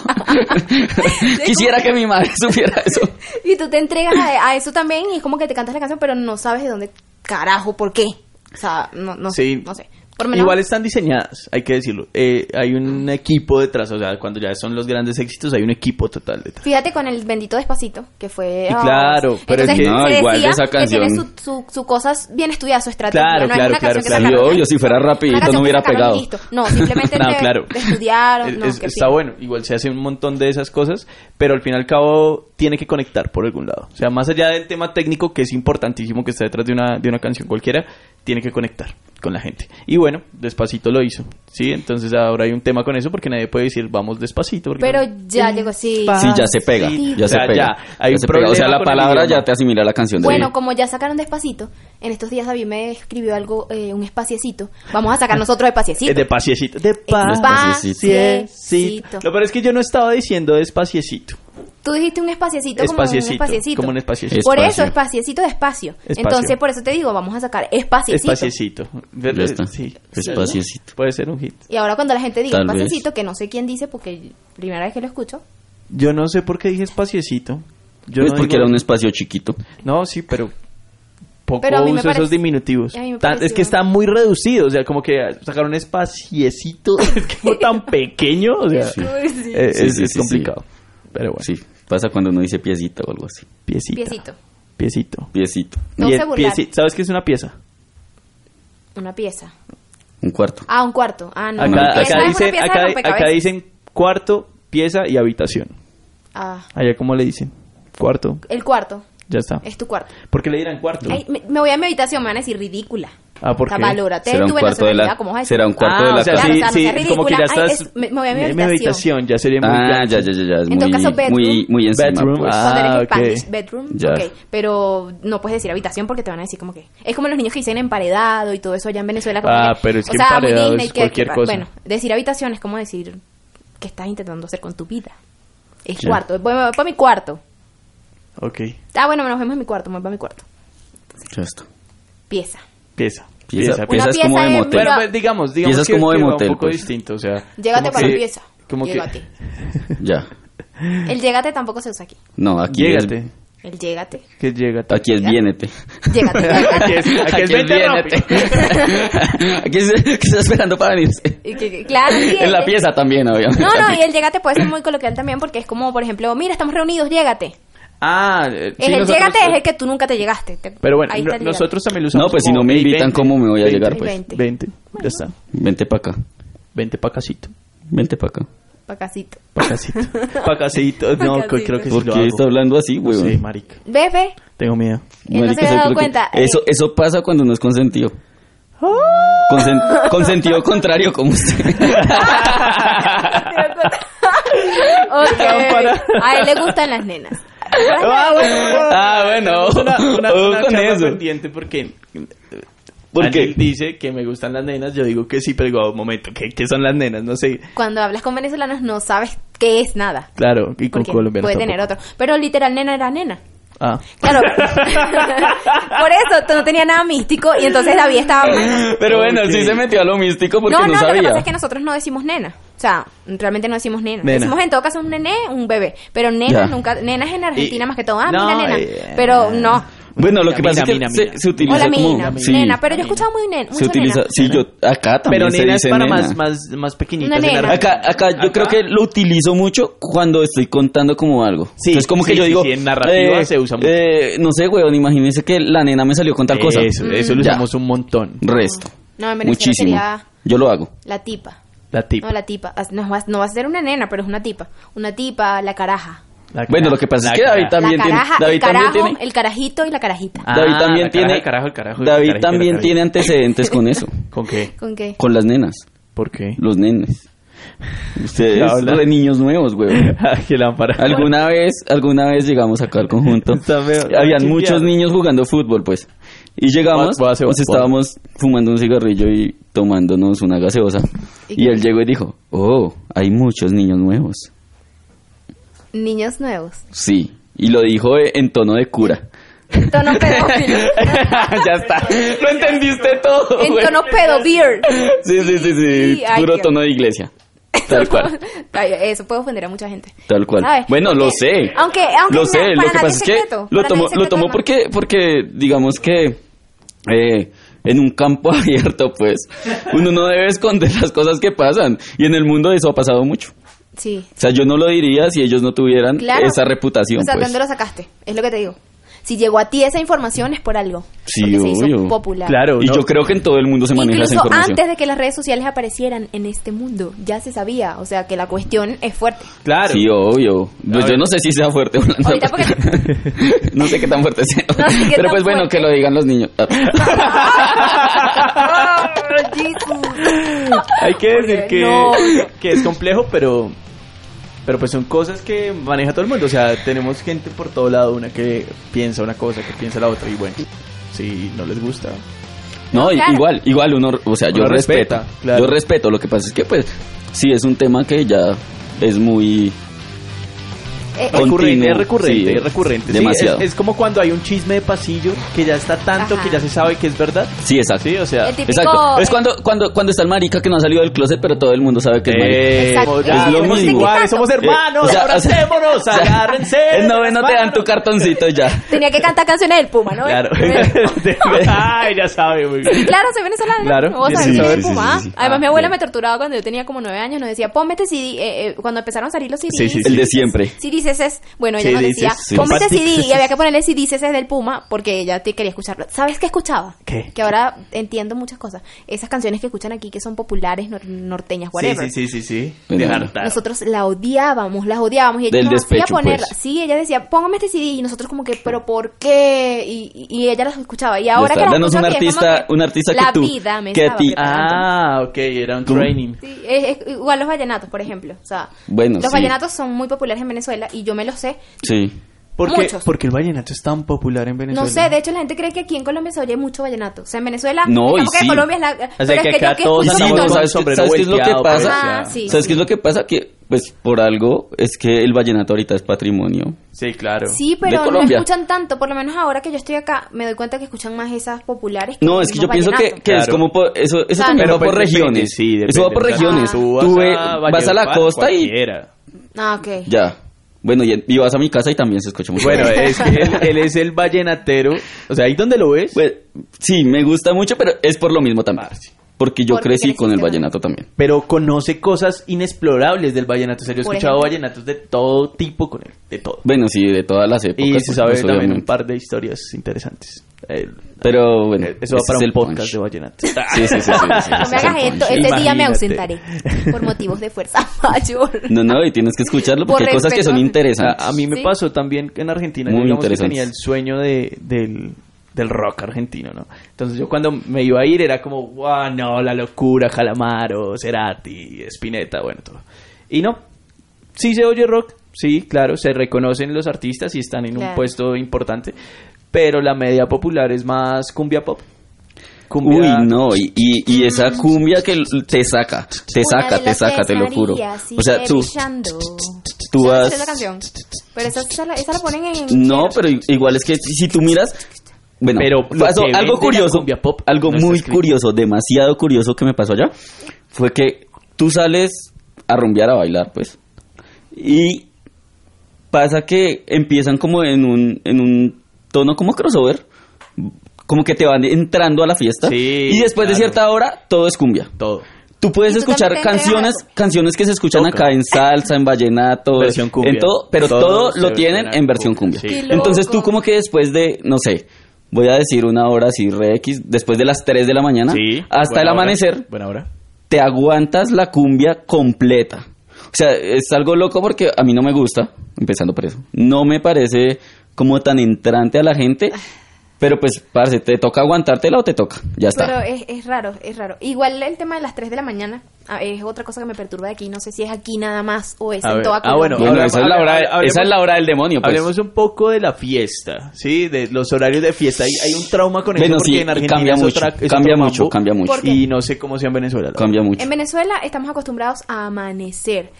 Quisiera que mi madre supiera eso. Y tú te entregas a, a eso también y es como que te cantas la canción, pero no sabes de dónde carajo, por qué. O sea, no, no sé, sí, no sé. Por lo menos- igual están diseñadas, hay que decirlo. Eh, hay un equipo detrás, o sea, cuando ya son los grandes éxitos, hay un equipo total detrás. Fíjate con el bendito despacito, que fue. Y ah, claro, pero es entonces que- No, se igual de decía esa Que canción. tiene su, su, su cosas bien estudiada, su estrategia. Claro, no claro, es una claro, canción que claro. sacaron, Obvio, si fuera una rapidito no canción que hubiera sacaron y pegado. listo. No, simplemente No, te- claro. te estudiaron. no, Es- qué está pena. bueno. Igual se hace un montón de esas cosas, pero al fin y al cabo tiene que conectar por algún lado. O sea, más allá del tema técnico, que es importantísimo que está detrás de una, de una canción cualquiera, tiene que conectar. con la gente. Y bueno, despacito lo hizo, ¿sí? Entonces ahora hay un tema con eso porque nadie puede decir vamos despacito. porque- Pero ya llegó, sí. Sí, ya se pega. Sí. Ya O se sea, pega. ya, hay Ya un se pega. O sea, la problema con el palabra idioma. ya te asimila la canción. de- Bueno, como ya sacaron despacito, en estos días David me escribió algo, eh, un espaciecito. Vamos a sacar nosotros Eh, espaciecito. de paciecito. De Espaciecito. paciecito. Lo peor es que yo no estaba diciendo despaciecito. Tú dijiste un Espaciecito, espaciecito, como un espaciecito. como un espaciecito. Por Espacio. eso, espaciecito de espacio. Espacio. Entonces, por eso te digo, vamos a sacar espaciecito. Espaciecito. Ya está. Sí. Espaciecito. Puede ser un hit. Y ahora cuando la gente diga Tal vez. espaciecito, que no sé quién dice, porque primera vez que lo escucho, Yo no sé por qué dije espaciecito. Yo Pues no porque digo- era un espacio chiquito. No, sí, pero poco Pero a mí me uso esos parece- diminutivos. a mí me Tan- es pareció- que está muy reducido, o sea, como que sacar un espaciecito es que fue tan pequeño, o sea, Sí. Sí. eh, es, Sí, sí, es sí, complicado. Pero bueno, Sí, pasa cuando uno dice piecita o algo así. piecita. piecito. Piecito. Piecito. No Pie- se burlar. pieci- ¿Sabes qué es una pieza? Una pieza. Un cuarto. Ah, un cuarto. Ah, no. Una Acá, pieza. acá Esa es una dicen, pieza de acá, rompecabezas. acá dicen cuarto, pieza y habitación. Ah, Allá, ¿cómo le dicen? Cuarto, el cuarto. ya está. Es tu cuarto. ¿Por qué le dirán cuarto? Ay, me, me voy a mi habitación, me van a decir ridícula. Ah, ¿por O sea, qué? valórate Será en un tu cuarto de la- Venezuela, ¿cómo vas a decir? será un cuarto ah, de la o sea, casa. sí, Claro, o sea, no sí, sea ridícula. como que ya Ay, estás... es- me- me voy a mi en habitación. ya sería muy... Ah, yankee. ya, ya, ya, ya. Es En todo muy, caso, bedroom. muy, muy encima. Bedroom, pues. ah. Cuando eres ok. Spanish, bedroom, Ya. ok. Pero no puedes decir habitación porque te van a decir como que... Es como los niños que dicen emparedado y todo eso allá en Venezuela. Como Ah, que- pero es o que sea, muy emparedado Disney es que- cualquier cosa. Bueno, decir habitación es como decir... ¿Qué estás intentando hacer con tu vida? Es Ya. cuarto. Voy, voy para mi cuarto. Ok, Ah, bueno, nos vemos en mi cuarto. Voy para mi cuarto. Ya está. Pieza. pieza. Pieza, pieza Pieza, Una es como de pieza es- motel. Pero Pero- pues, digamos, digamos piezas que, como de que va motel, un poco pues. distinto, o sea, Llégate como para que- mi pieza. Como Llégate. que Ya. El llégate tampoco se usa aquí. No, aquí llégate, es... El llégate. que llégate. Aquí es viénete. Llégate. Aquí es, aquí es vente rápido. aquí es que está esperando para venirse. Y que- que- claro, sí, En la el- pieza también, obviamente. No, no, y el llégate puede ser muy coloquial también porque es como, por ejemplo, mira, estamos reunidos, llégate. Ah, eh, sí, Es el nosotros- llégate es el que tú nunca te llegaste. Te- Pero bueno, ahí no- está el llégate. nosotros también lo usamos. No, pues, si como, no me "Ey, invitan, vente, ¿cómo me voy a vente, llegar, pues?" 20, Veinte. ya está. Vente para acá. 20 pa' casito. Vente para acá. Pa' casito. Pa' casito. Pa' casito. No, Pa' casito. creo que sí ¿Por qué lo Pues hago. está hablando así, No weón? sé, marica. ¿Ves, ves? Tengo miedo. Eh, no Marica, se había yo dado creo que cuenta, ¡Oh! Eso, eh. eso pasa cuando no es consentido. Consen- con sentido contrario como usted. Ok. Lámpara. A él le gustan las nenas. Ah, bueno. Ah, bueno. Una, una, Ojo una con charla eso. pendiente porque... ¿Por qué? Anil dice que me gustan las nenas, yo digo que sí, pero digo, "Ah, un momento, ¿qué, qué son las nenas? No sé. Cuando hablas con venezolanos no sabes qué es nada. Claro, y con Porque colombianos puede tener tampoco. otro. Pero literal, nena era nena. Ah. Claro. Por eso no tenía nada místico y entonces David estaba mal. Pero bueno, Ok. sí se metió a lo místico porque No, no, no, lo que sabía. pasa es que nosotros no decimos nena. O sea, realmente no decimos nena. Nena. Decimos en todo caso un nené, un bebé. Pero nena Ya. nunca. Nenas en Argentina Y- más que todo. Ah, no, mira nena. eh, Pero no. Bueno, lo que Mina, pasa es que mina, se, mina. se utiliza Hola, como... mina. sí, Nena. Pero yo he escuchado muy nena. se utiliza... Sí, yo... Acá también Pero se nena es dice para nena. más, más, más pequeñitas. Una en la nena. red. Acá, acá, yo creo que lo utilizo mucho cuando estoy contando como algo. Sí, Entonces, como que sí, yo sí, digo. sí, en narrativa se usa mucho. eh, no sé, weón, imagínense que la nena me salió con tal cosa. Mm. Eso, eso lo Ya. usamos un montón. Resto. No, en Venezuela Muchísimo. Ah, sería Yo lo hago. la tipa. La tipa. No, la tipa. As- No va, no va a ser una nena, pero es una tipa. Una tipa, la caraja. La Bueno, cara- lo que pasa la es que David cara. también la tiene. caraja, David el carajo, también tiene. el carajito y la carajita. Ah, David también la tiene. caraja, el carajo, el carajo, el David carajito, también el tiene antecedentes con eso. ¿Con qué? Ah. ¿Con qué? Con las nenas. ¿Por qué? Los nenes. Ustedes, Ya habla. re niños nuevos, weón. Ah, que lámpara. Alguna vez, alguna vez llegamos acá al conjunto. Está medio- Habían chimpeado. muchos niños jugando fútbol, pues. Y llegamos, Voy a hacer nos fútbol. estábamos fumando un cigarrillo y tomándonos una gaseosa. Y él llegó y dijo, oh, hay muchos niños nuevos. Niños nuevos. Sí. Y lo dijo eh, en tono de cura. Tono pedófilo. ya está. Lo entendiste todo. en güey. tono pedo beer. Sí, sí, sí, sí. Sí, ay, Puro Dios. tono de iglesia. Tal cual. Ay, Eso puede ofender a mucha gente. Tal cual. ¿Sabes? Bueno, lo Porque- sé. Aunque, aunque lo na- sé, para lo que nadie pasa es es que secreto, lo para nadie tomo, es lo secreto, tomo además. porque, porque digamos que eh, en un campo abierto, pues, uno no debe esconder las cosas que pasan. Y en el mundo eso ha pasado mucho. Sí. O sea, yo no lo diría si ellos no tuvieran Claro. esa reputación, O sea, pues. ¿dónde lo sacaste? Es lo que te digo. Si llegó a ti esa información es por algo. Sí, porque se obvio. hizo popular. Claro, Y no. yo creo que en todo el mundo se maneja esa Incluso información. antes de que las redes sociales aparecieran en este mundo, ya se sabía. O sea, que la cuestión es fuerte. Claro. Sí, obvio. Pues yo A ver. no sé si sea fuerte o no. Ahorita porque- no sé qué tan fuerte sea. No sé qué Pero tan pues bueno, fuerte. que lo digan los niños. Ah. Jesus. Hay que decir Oye, que, no, oye. que es complejo, pero pero pues son cosas que maneja todo el mundo. O sea, tenemos gente por todo lado, una que piensa una cosa, que piensa la otra, y bueno, si no les gusta. No, i- Claro. igual, igual uno, o sea, yo Uno respeto. respeta, claro. Yo respeto, lo que pasa es que pues sí es un tema que ya es muy Eh, Con- Recurrente, Continuo, es recurrente, sí, es recurrente. Sí, demasiado. es, es como cuando hay un chisme de pasillo que ya está tanto Ajá. que ya se sabe que es verdad. sí, exacto. Sí, o sea, El típico- Exacto. Es eh, cuando cuando cuando está el marica que no ha salido del closet, pero todo el mundo sabe que es marica. eh, Exacto. ya, Es lo somos mismo. iguales, somos hermanos, Eh, o sea, o sea, abracémonos, o sea, agárrense. El noveno te dan tu hermanos. cartoncito y ya. Tenía que cantar canciones del Puma, ¿no? Claro. Eh, Ay, ya sabe, muy bien. Claro, soy venezolana. Claro. ¿Vos Sí, sabés sí, que soy del sí, Puma? sí, sí, sí. Además, Ah, mi abuela bien. me torturaba cuando yo tenía como nueve años. Nos decía, pómete CD. eh, eh, cuando empezaron a salir los CDs. Sí, sí, sí. El de siempre. Si dices es, bueno, ella nos CDs, decía, sí. pómete Compartir. CD y había que ponerle si dices es del Puma porque ella te quería escucharlo. ¿Sabes qué escuchaba? ¿Qué? Que ahora entiendo muchas cosas. Esas canciones que escuchan aquí que son populares, nor- norteñas, Sí, whatever. sí, sí, sí, sí. Bueno. hartar. Nosotros la odiábamos, la odiábamos y ella Del nos hacía despecho, ponerla. pues. Sí, ella decía, póngame este CD y nosotros como que, pero ¿por qué? Y, y- y ella las escuchaba. Y ahora está. que las Danos escucho un aquí es como artista- un artista que la tú- vida me que a estaba ti- preparando. Ah, ok, era un training. Sí, es, es igual los vallenatos, por ejemplo. O sea, Bueno, los sí. vallenatos son muy populares en Venezuela y yo me los sé. Sí. ¿Por qué, Muchos. por qué el vallenato es tan popular en Venezuela? No sé, de hecho la gente cree que aquí en Colombia se oye mucho vallenato. O sea, en Venezuela, No, digamos y que sí. Colombia es la... pero es que yo acá todos escucho Sí, andamos vallenato- no, con ¿sabes, sombrero ¿sabes qué es lo que volteado, pasa? pues, Ah, o sea. sí, ¿Sabes sí. qué es lo que pasa? Que, pues, por algo es que el vallenato ahorita es patrimonio. Sí, claro. Sí, de pero no Colombia. escuchan tanto. Por lo menos ahora que yo estoy acá, me doy cuenta que escuchan más esas populares. No, los es que yo mismos pienso que, vallenatos. que es Claro. como por- eso, eso Claro. también Pero va por pues depende, regiones. sí, depende. eso va por O sea, regiones. Tú vas, Tú ve- a vas a la Valledupar, costa y cualquiera. Ah, ok. ya. Bueno, y, y vas a mi casa y también se escucha mucho. Bueno, es que él, él es el vallenatero. O sea, ahí donde lo ves. Pues, sí, me gusta mucho, pero es por lo mismo también. Ah, Porque yo Porque crecí con el creciste con- vallenato también. pero conoce cosas inexplorables del vallenato. O sea, yo he Por escuchado ejemplo. vallenatos de todo tipo con él, de todo. Bueno, sí, de todas las épocas. Y se pues, sabe pues, también un obviamente. par de historias interesantes. Eh, Pero bueno, Eso va ese es para un el podcast punch. de vallenato. Sí, sí, sí. sí, sí, sí, ese No me es el hagas esto, punch. este día me Imagínate. ausentaré por motivos de fuerza mayor. No, no, y tienes que escucharlo porque Por hay cosas que son respeto. interesantes. A, a mí me Sí. pasó también que en Argentina. Muy yo digamos que interesante. tenía el sueño de, del, del rock argentino, ¿no? Entonces yo cuando me iba a ir era como, wow, no, la locura, Calamaro, Cerati, Spinetta, bueno, todo. Y no, sí se oye rock, sí, claro, se reconocen los artistas y están en un Claro. puesto importante, pero la media popular es más cumbia pop. Uy, no, y, y, y esa cumbia que l- te saca, te Una saca, de te las saca, tres te lo juro. Marías sigue O sea, tú, brillando. tú Yo no vas- sé esa canción. Pero esa, esa la, esa la ponen en... No, pero i- igual es que si si tú miras. Bueno, Pero lo pasó que vende algo la curioso, cumbia pop algo no está muy escrito. curioso, demasiado curioso que me pasó allá, fue que tú sales a rumbear a bailar, pues, y pasa que empiezan como en un, en un tono como crossover, como que te van entrando a la fiesta, Sí, y después de claro. cierta hora todo es cumbia. Todo. Tú puedes Y tú escuchar también te entregas canciones, a la canciones que se escuchan Toca. acá en salsa, en vallenato, Versión cumbia. en todo, pero Todo todo, se lo versiona tienen en versión cumbia. cumbia, sí. Qué Entonces loco. tú como que después de, no sé, voy a decir una hora así re X, después de las 3 de la mañana hasta buena el hora, amanecer, buena hora. te aguantas la cumbia completa. O sea, es algo loco porque a mí no me gusta, empezando por eso. No me parece como tan entrante a la gente, Ah. pero pues, parce, te toca aguantártela o te toca, ya está. Pero es, es raro, es raro. Igual el tema de las 3 de la mañana ah, es otra cosa que me perturba de aquí. No sé si es aquí nada más o es A en ver, toda ah, Colombia. Bueno, Hablemos- esa, es la hora, hablemos- esa es la hora del demonio, pues. Hablemos un poco de la fiesta, ¿sí? De los horarios de fiesta. Hay, hay un trauma con eso Bueno, porque sí, en Argentina cambia es mucho, otra- es cambia otro mucho, mambo. cambia mucho. ¿Por qué? Y no sé cómo sea en Venezuela. la Cambia mucho. En Venezuela estamos acostumbrados a amanecer.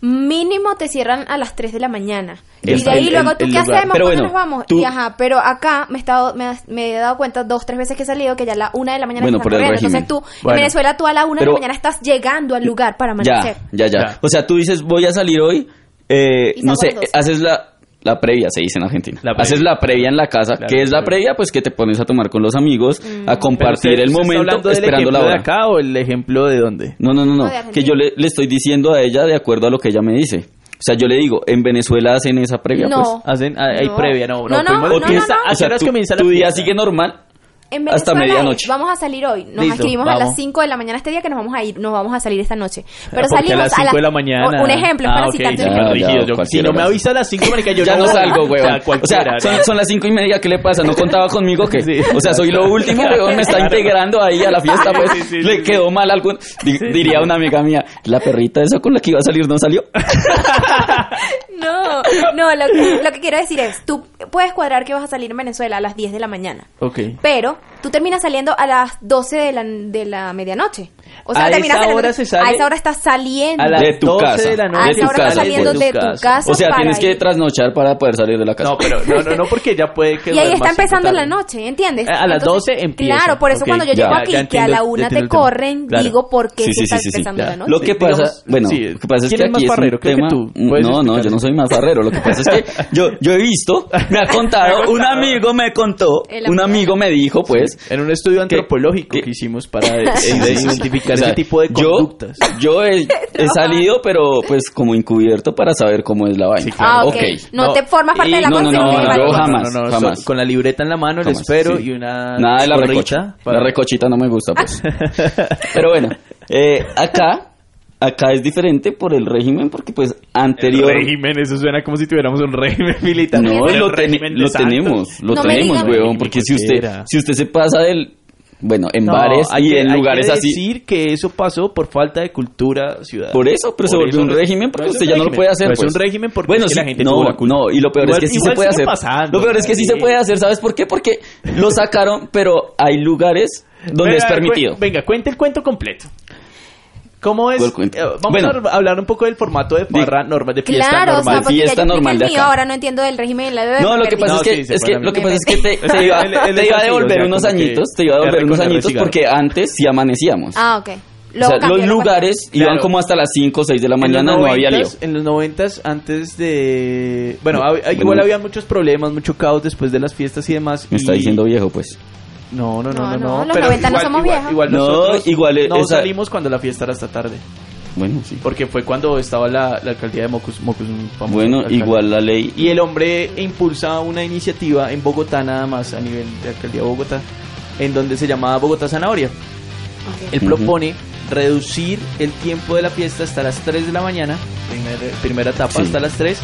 Mínimo te cierran a las 3 de la mañana. Ya y de está, ahí el- luego, el- ¿tú el qué lugar. hacemos? Pero bueno, ¿Cuándo nos vamos? tú- Y ajá, pero acá me he, estado, me, has- me he dado cuenta dos, tres veces que he salido que ya a la 1 de la mañana Bueno, están por el corriendo. régimen. Entonces tú, Bueno. en Venezuela tú a la 1 de Pero- la mañana estás llegando al lugar para amanecer. Ya, ya, ya, Ya. O sea, tú dices, voy a salir hoy, eh, Y no sé, salgo a las doce. haces la, la previa, se dice en Argentina. La previa. haces la previa en la casa. Claro, ¿Qué es la claro. previa? Pues que te pones a tomar con los amigos, Mm. a Pero usted- compartir el usted está momento hablando del esperando la ejemplo hora. de acá o el ejemplo de dónde? No, no, no, No, no. de Argentina. Que yo le, le estoy diciendo a ella de acuerdo a lo que ella me dice. O sea, yo le digo, en Venezuela hacen esa previa, No. pues. Hacen, hay hay No. previa, no, no, No, no, fuimos- no, no, comienza- no. ¿A qué horas tu, comienza la tu día fiesta? sigue normal, En Hasta Venezuela medianoche. es, Vamos a salir hoy. Nos Listo, escribimos a vamos. las 5 de la mañana este día que nos vamos a ir, nos vamos a salir esta noche. Pero Porque salimos a las 5 de la mañana. Un ejemplo, es ah, para ok, citarte. sí, Ya, más ya, rígido, yo- Si cualquiera no me hora. avisa a las 5, marica, yo ya no voy. salgo, O weón. sea, O sea, cualquiera. son, son las cinco y media, ¿qué le pasa? ¿No contaba conmigo que Sí. O sea, soy lo último, weón, me está integrando ahí a la fiesta, pues. Sí, sí, le sí, quedó mal algún... di- diría una amiga mía, la perrita esa con la que iba a salir no salió. No, no, lo, que- lo que quiero decir es, tú puedes cuadrar que vas a salir en Venezuela a las 10 de la mañana. Ok. Pero tú terminas saliendo a las 12 de la, de la medianoche. O sea, A terminas esa saliendo- hora se sale- a esa hora estás saliendo. A las De tu 12 casa. de la De noche. tu sales casa, saliendo de tu casa. O sea, para tienes que ir. trasnochar para poder salir de la casa. No, pero no, no, no, porque ya puede que Y ahí duermas está hasta empezando tarde. la noche, ¿entiendes? Eh, a las 12 empieza. Claro, por eso Ok, cuando yo ya, llego ya aquí, que entiendo a el- la una entiendo te el tema. corren, Claro. digo por qué Sí, se sí, está sí, sí, sí, empezando ya. la noche. Lo que Digamos, pasa, bueno, sí, lo que pasa es ¿quién que es más aquí es farrero? un Creo que tema. Mm, tú puedes No, no, yo no soy más farrero. Lo que pasa es que yo, yo he visto, me ha contado, un amigo me contó, El un amigo. amigo me dijo, pues. En un estudio antropológico que- que hicimos para eh, sí, Pues, sí, sí. identificar O sea, ese tipo de yo- conductas. Yo, he, he salido, pero pues como encubierto para saber cómo es la vaina. Sí, claro. Ah, ok. No te formas parte de la no, no, no, consejería. yo No, no, jamás, jamás. so- Con la libreta en la mano, el jamás, espero sí. y una Nada de la gorrita recocha. para- La recochita no me gusta, pues. Pero bueno, eh, acá, acá es diferente por el régimen, porque pues anterior... régimen, eso suena como si tuviéramos un régimen militar. No, El lo, teni- régimen de lo santos. tenemos, lo No me tenemos, digan. weón, porque si usted, Cualquiera. si usted se pasa del... Bueno, en No, bares y que- en lugares hay que así... decir que eso pasó por falta de cultura ciudadana. Por eso, pero se Por volvió un eso- régimen no porque es usted un ya no lo régimen, puede hacer. pero es pues. un régimen porque bueno, es que sí, la gente no, tuvo la culpa. no, y lo peor Igual- es que sí se igual puede sigue hacer. pasando, lo peor es que sí se también. puede hacer, ¿sabes por qué? Porque lo sacaron, pero hay lugares donde Venga, es permitido. cu- Venga, cuente el cuento completo. ¿Cómo es? ¿Cuál cuento? Eh, Vamos Bueno. a r- hablar un poco del formato de farra normal, de fiesta Claro, o sea, normal. porque ya Fiesta yo expliqué normal el de mío, acá. ahora no entiendo del régimen de la No, lo que pasa No, es que, sí, se es fue que la lo que mierda. pasa es que te, Es te que iba, él- él te es iba a así, o devolver sea, unos como que añitos, te iba a devolver R unos con R añitos cigarro. porque antes sí amanecíamos. Ah, ok. o sea, Luego cambió, los luego lugares cambió. iban como hasta las 5 o 6 de la En mañana, los no había lío. 90s, En los noventas, antes de... Bueno, hab- Bueno. igual había muchos problemas, mucho caos después de las fiestas y demás. Me está y- diciendo viejo, pues. No, no, no, No, no, no, no. los pero 90 no igual- somos igual- viejos. Igual No, nosotros igual e- no esa- salimos cuando la fiesta era hasta tarde. Bueno, sí. Porque fue cuando estaba la, la alcaldía de Mocus. Mocus un famoso Bueno, alcalde. igual la ley Y el hombre impulsa una iniciativa en Bogotá nada más, a nivel de alcaldía de Bogotá, en donde se llamaba Bogotá Zanahoria. cambió. Él Ujú. propone reducir el tiempo de la fiesta hasta las 3 de la mañana, primer- primera etapa Sí. hasta las 3,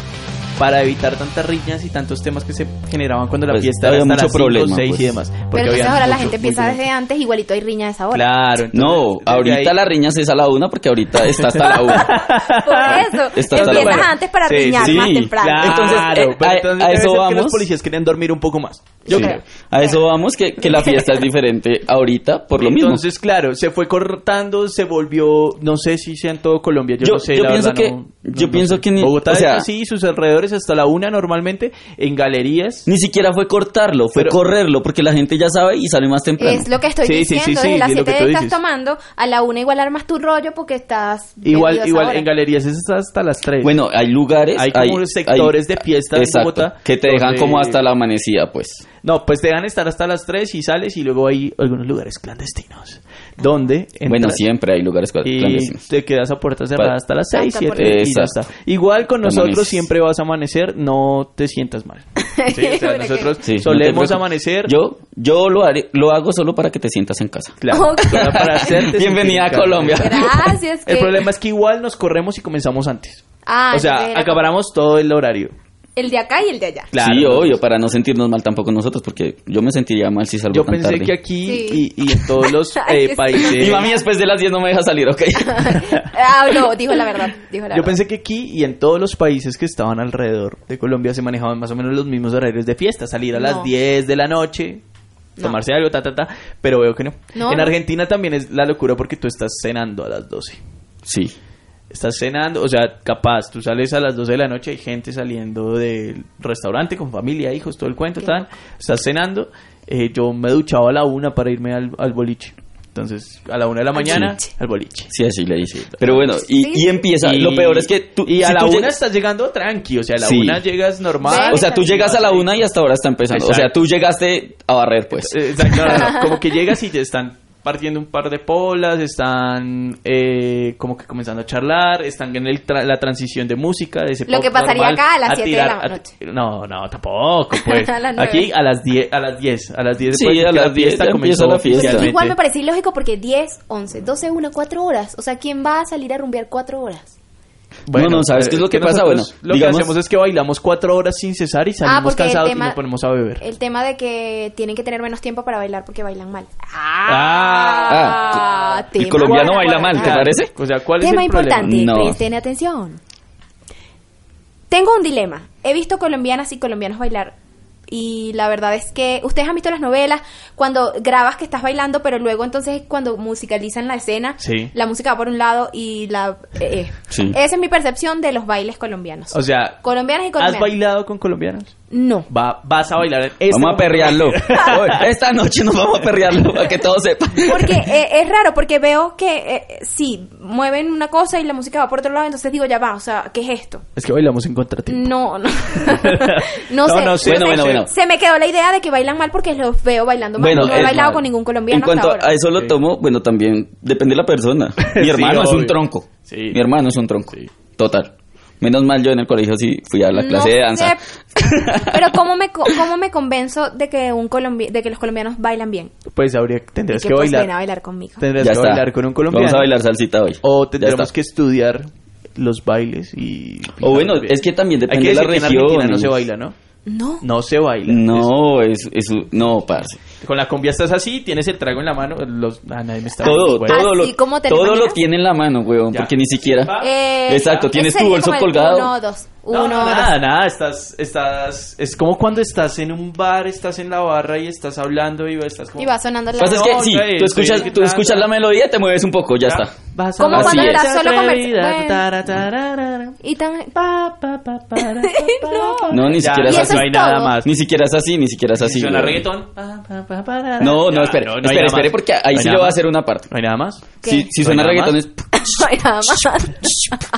para evitar tantas riñas y tantos temas que se generaban cuando la Pues, fiesta había era hasta mucho las 5, problema, 6 pues. y demás. Porque Pero entonces había ahora la mucho- gente empieza mucho- desde antes, igualito hay riña a esa hora. Claro, entonces, No, desde ahorita ahí- la riña se es a la una porque ahorita está hasta la una. Por eso, Está hasta la empiezas hora. antes para Sí, riñar sí, más temprano. Claro, Entonces, eh, pero a- entonces a debe eso ser que vamos. los policías querían dormir un poco más. Yo Sí. creo. A eso vamos que, que la fiesta es diferente ahorita por lo mismo. Entonces, claro, se fue cortando, se volvió, no sé si sea en todo Colombia, yo, Yo- no sé. yo la pienso verdad, que- no- yo no pienso sé. que ni- Bogotá o sea- es así, sus alrededores hasta la una normalmente, en galerías. Ni siquiera fue cortarlo, fue Pero- correrlo porque la gente ya sabe y sale más temprano. Es lo que estoy Sí, sí, sí, diciendo, sí, desde las es lo que 7 tú estás dices. tomando, a la 1 igual armas tu rollo porque estás... bebido a Igual, esa igual hora. en galerías es hasta, hasta las tres. Bueno, hay lugares, Hay como sectores de fiesta en exacto, Bogotá que te dejan donde- como hasta la amanecida, pues. No, pues te dejan estar hasta las tres y sales y luego hay algunos lugares clandestinos. Donde Bueno, entras siempre hay lugares cla- Y clandestinos. te quedas a puerta cerrada Pa- hasta las seis, Hasta siete puerta. y ya Exacto. está. Igual con nosotros Amaneces. siempre vas a amanecer, no te sientas mal. Sí, o sea, Mira que- nosotros Sí, no te solemos preocupes. amanecer. Yo yo lo haré, lo hago solo para que te sientas en casa. Claro, Ok. solo para hacerte Bienvenida sentir a en Colombia. casa. Gracias. El que- problema es que igual nos corremos y comenzamos antes. Ah, o sea, espera. acabaramos todo el horario. El de acá y el de allá. Claro. sí, obvio, para no sentirnos mal tampoco nosotros porque yo me sentiría mal si salgo Yo tan pensé tarde. que aquí Sí. y, y en todos los eh, Ay, que sí. países... Y mami después de las 10 no me deja salir, ¿ok? Ah, no, dijo la verdad. Dijo la Yo verdad. pensé que aquí y en todos los países que estaban alrededor de Colombia se manejaban más o menos los mismos horarios de fiesta, salir a las No. 10 de la noche, No. tomarse algo, ta, ta, ta, pero veo que no. No, en no. Argentina también es la locura porque tú estás cenando a las 12. Sí. Estás cenando, o sea, capaz, tú sales a las 12 de la noche, hay gente saliendo del restaurante con familia, hijos, todo el cuento, Qué tal. Estás cenando, eh, yo me duchaba a la una para irme al, al boliche. Entonces, a la una de la mañana, boliche. al boliche. Sí, así le dice. Pero bueno, y, Sí. y empieza. Lo peor es que tú. y a si la tú una llegas- estás llegando tranqui, o sea, a la Sí. una llegas normal. Ve, O sea, tú llegas a la una y hasta ahora está empezando. O sea, Exacto. tú llegaste a barrer, pues. Eh, Exacto, no, no, no, como que llegas y ya están partiendo un par de polas, están eh, como que comenzando a charlar, están en el tra- la transición de música, de ese Lo pop que pasaría normal acá a las a siete de tirar- la a- noche. no, no, tampoco, pues. A las nueve. Aquí a las 10, a las 10, a las 10 Sí, después a de que las la 10 fiesta ya comenzó empieza la fiesta. oficialmente. Igual me parece ilógico porque 10, 11, 12, 1, 4 horas. O sea, ¿quién va a salir a rumbear 4 horas? No, no, ¿sabes qué es lo que pasa? eh, nosotros Bueno, lo digamos- que hacemos es que bailamos cuatro horas sin cesar y Ah, salimos porque el cansados y tema- Eh, nos ponemos a beber. El tema de que tienen que tener menos tiempo para bailar porque bailan mal. Ah. Ah, El tema. colombiano baila mal, ¿te Ah. parece? O sea, ¿cuál Tema es el problema? importante, No. presten atención. Tengo un dilema. He visto colombianas y colombianos bailar. Y la verdad es que ustedes han visto las novelas cuando grabas que estás bailando, pero luego entonces cuando musicalizan la escena, Sí. la música va por un lado y la... eh, eh. Sí. Esa es mi percepción de los bailes colombianos. O sea, colombianas y ¿has colombianos. bailado con colombianos? No. Va, vas a bailar. en este Vamos a momento. perrearlo. Hoy, Esta noche nos vamos a perrearlo para que todos sepan. Porque eh, es raro, porque veo que eh, sí, mueven una cosa y la música va por otro lado, entonces digo, ya va, o sea, ¿qué es esto? Es que bailamos en contratiempo. No, no. no sé. No, no sé. no sé. Bueno, bueno, bueno. Se me quedó la idea de que bailan mal porque los veo bailando mal. no he es- bailado con ningún colombiano En cuanto hasta a ahora. eso lo tomo, bueno, también depende de la persona. Mi Sí, hermano es un obvio. tronco. Sí. Mi hermano es un tronco. Sí. Total. Menos mal yo en el colegio sí fui a la clase No de danza. sé, pero cómo me co- cómo me convenzo de que un colombi- de que los colombianos bailan bien Pues habría, tendrás Mm. y que, que pues, bailar. ven a bailar conmigo. Tendrás ya que está. bailar con un colombiano. Vamos a bailar salsita hoy. O Ya tendremos está. que estudiar los bailes y... O bueno, es que también depende Hay de que la decir que en región. Argentina no se baila, ¿no? No. No se baila. No, es, es un- no, parce. Es- Con la cumbia estás así, tienes el trago en la mano. Los... Ah, nadie me está Todo, Bueno. todo Así lo, como te lo todo lo imaginas. tiene en la mano, weón, Ya. porque ni Ah. siquiera. Eh, Exacto, tienes ese tu sería bolso como el colgado. Uno, dos. No, Uno, no, dos. nada, nada, estás, estás, es como cuando estás en un bar, estás en la barra y estás hablando y estás como... Y va sonando la Pasa es que No, sí, ya es, tú escuchas, sí, tú escuchas la melodía, te mueves un poco, ya está. Vas Como la cuando fiesta estás solo con Mercedes. atrevida, Bueno. tara, tararara. Y tan Pa, pa, pa, para, pa, pa. No, ni Ya, siquiera Y es eso así. No hay nada todo. más. Ni siquiera es así, ni siquiera es así. Si suena weón. reggaetón. pa, pa, pa, para, No, no, ya, espere, no hay espere, nada espere, más. porque No hay ahí sí nada le voy a más. hacer una parte. No hay nada más. ¿Qué? Si, si suena ¿No hay nada reggaetón es... no hay nada más.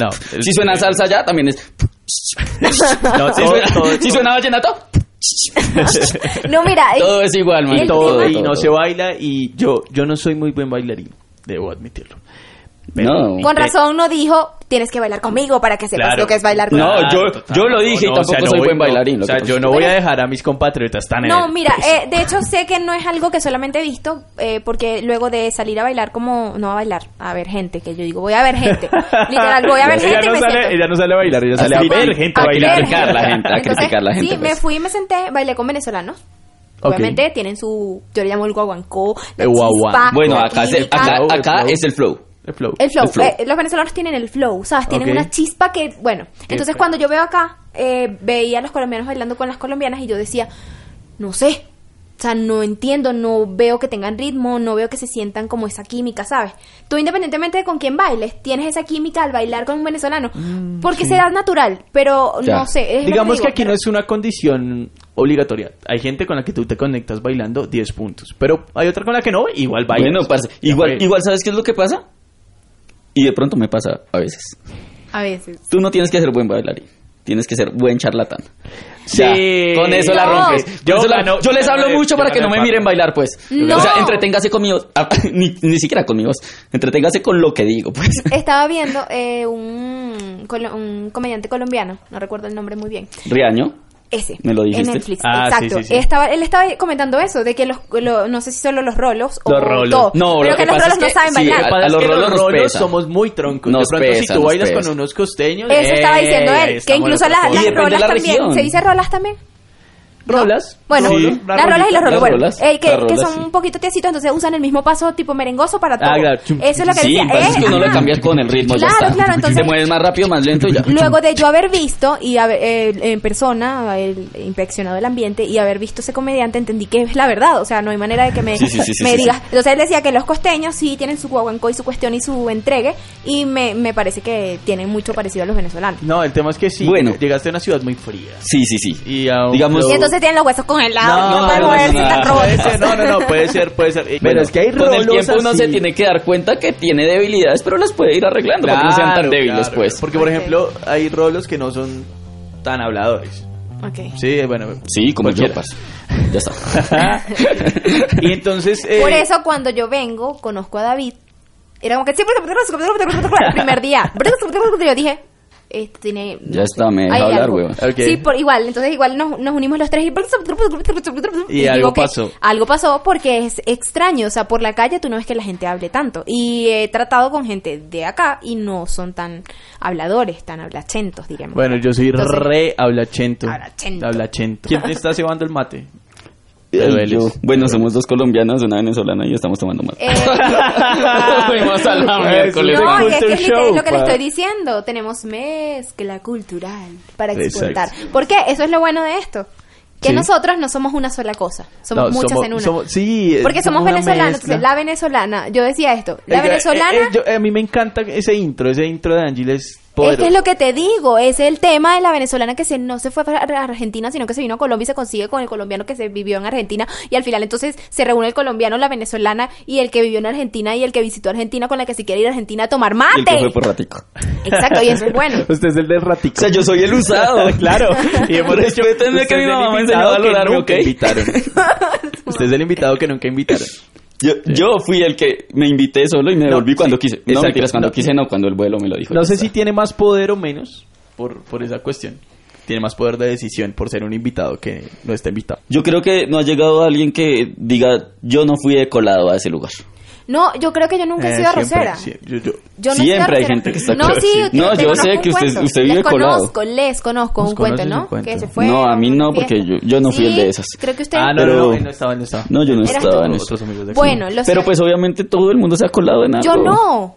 No. Si suena salsa ya, también es... No, Si todo- suena, todo- si suena vallenato, No, mira, eh, todo es igual, man. el Todo, tema- todo y todo, no todo. se baila y yo, yo no soy muy buen bailarín, debo admitirlo. No. con razón no dijo, tienes que bailar conmigo para que sepas Claro. lo que es bailar No, conmigo. yo- yo lo dije y tampoco soy voy- buen bailarín, lo O sea, que yo pasa. no voy a dejar a mis compatriotas tan No, en- mira, eh, de hecho sé que no es algo que solamente he visto, eh, porque luego de salir a bailar como, no a bailar, a ver gente, que yo digo, voy a ver gente, literal, voy a ver ella gente y no me sale, siento. ella no sale a bailar, ella sale a Así que- ver gente a bailar. criticar la gente, a criticar la gente, Sí, pues. me fui, me senté, bailé con venezolanos. Ok. Obviamente tienen su, yo le llamo el guaguancó, la El guaguancó. chispa, Bueno, la acá, se- química. acá, Flow, el acá flow. es el flow. El flow. El flow. El flow. eh, los venezolanos tienen el flow, ¿sabes? Tienen Ok. una chispa que, bueno. Entonces, feo. cuando yo veo acá, eh, veía a los colombianos bailando con las colombianas y yo decía, no sé. O sea, no entiendo, no veo que tengan ritmo, no veo que se sientan como esa química, ¿sabes? Tú, independientemente de con quién bailes, tienes esa química al bailar con un venezolano. porque será natural, pero Ya. no sé. es lo Mm, Digamos digo, que aquí no pero- es una condición obligatoria. Hay gente con la que tú te conectas bailando 10 puntos, pero hay otra con la que no, igual bailas. Bueno, parce, Ya igual, fue. igual, ¿sabes qué es lo que pasa? Y de pronto me pasa a veces. A veces. Tú no tienes que ser buen bailarín. Tienes que ser buen charlatán. Sí. Ya, con eso la No. rompes. Con Yo eso la- gano- yo les yo hablo gano- mucho yo para que gano no me el miren pato. bailar, pues. No. O sea, entreténgase con mi voz. Ah, ni, ni siquiera con mi voz. Entreténgase con lo que digo, pues. Estaba viendo eh, un, colo- un comediante colombiano, no recuerdo el nombre muy bien, Riaño. Ese. Me lo dijiste. En Netflix. Ah, sí, Exacto. sí, sí. Estaba, él estaba comentando eso, de que los, lo- no sé si solo los rolos o Los rolos. todo, No, pero lo que, que los pasa rolos es no que saben sí, bailar. a- al- los que rolos nos pesa. somos muy troncos. Nos de pronto, pesa, si tú nos bailas pesa. con unos costeños. Eso estaba ¡eh! diciendo él, que Estamos incluso en las, otra las Y depende de rolas la también. región. ¿Se dice rolas también? cosa. rolas. Bueno, Sí. las rolas y los rolos, Las bueno, rolas, eh, que, las que rolas, son sí. un poquito tiesitos, entonces usan el mismo paso tipo merengoso para todo. Ah, claro. Eso es lo que sí, decía. parece Eh, que uno lo ajá. cambia con el ritmo. Claro, ya está. claro, entonces- Te mueves más rápido, más lento y ya. Luego de yo haber visto y haber, eh, en persona, el, inspeccionado el ambiente y haber visto ese comediante, entendí que es la verdad. O sea, no hay manera de que me, Sí, sí, sí, sí, me sí, digas. sí. Entonces él decía que los costeños sí tienen su guaguancó y su cuestión y su entregue. Y me, me parece que tienen mucho parecido a los venezolanos. No, el tema es que sí. Bueno. Llegaste a una ciudad muy fría. Sí, sí, sí. Y a un- Ah, Digamos- Y entonces tienen los huesos congelados. No, No, pueden no, moverse, no, no, están no, Puede robots. ser, no, no, no, puede ser, puede ser. Eh, Bueno, Pero es que hay con el rolos tiempo uno así. se tiene que dar cuenta que tiene debilidades, pero las puede ir arreglando para que no sean tan Claro, débiles, claro. pues. Porque, por Ok. ejemplo, hay rolos que no son tan habladores. Ok. Sí, bueno. Sí, como cualquiera. yopas. Ya está. y entonces... eh, Por eso cuando yo vengo, conozco a David. Era como que siempre el primer día. Yo dije, este tiene Ya está, me deja Hay hablar, algo. weón. Ok. Sí, por igual, entonces igual nos, nos unimos los tres y... Y digo algo que pasó. Algo pasó porque es extraño, o sea, por la calle tú no ves que la gente hable tanto. Y he tratado con gente de acá y no son tan habladores, tan hablacentos, diríamos. Bueno, yo soy Entonces, re hablachento. Hablachento. Hablachento. ¿Quién te está llevando el mate? Ay, Te dueles. yo- bueno, somos dos colombianos, una venezolana y estamos tomando mal. eh, Fuimos a la miércoles. no, es que Culture es literal show, lo que le pa. estoy diciendo. Tenemos mezcla cultural para Exacto. exportar. ¿Por qué? Eso es lo bueno de esto. Que Sí. nosotros no somos una sola cosa, No, somos muchas somos- en una. somos- sí, eh, Porque somos una venezolanos, mezcla. entonces la venezolana, yo decía esto, la Eh, eh, venezolana eh, yo- a mí me encanta ese intro, ese intro de Ángel es Este es que poderoso. es lo que te digo, es el tema de la venezolana que se, no se fue para Argentina, sino que se vino a Colombia y se consigue con el colombiano que se vivió en Argentina y al final entonces se reúne el colombiano, la venezolana y el que vivió en Argentina y el que visitó Argentina con la que se quiere ir a Argentina a tomar Y el que fue mate. por ratico. Exacto, y eso es bueno. Usted es el del ratico. O sea, yo soy el usado. claro. Y hemos hecho... Respétenme usted que mi es el mamá me invitado enseñó a que valorarme, nunca ¿ok? invitaron. usted es el invitado que nunca invitaron. Yo, yo fui el que me invité solo y me devolví cuando quise. No, exacto, mentiras, cuando no. quise no, cuando el vuelo me lo dijo. No sé Ya si está. tiene más poder o menos por, por esa cuestión. Tiene más poder de decisión por ser un invitado que no está invitado. Yo creo que no ha llegado alguien que diga, yo no fui de colado a ese lugar. No, yo creo que yo nunca he sido Eh, siempre, arrocera. sí, yo- yo- Yo no he sido Siempre hay arrocera. gente que está No, colada. sí, Sí. te- No, te yo conozco sé un que usted- cuento. usted vive les colado. Conozco, les conozco Nos un cuento, conoces un ¿no? cuento. Que se fue No, a mí no, fiesta. porque yo- yo no fui el de esas. Creo que usted Ah, no, Pero- no, no, no estaba, no estaba. No, yo no Eras estaba tú. en eso. Ah. Otros amigos de aquí. Bueno, lo Pero sé. pues obviamente todo el mundo se ha colado en algo. yo no.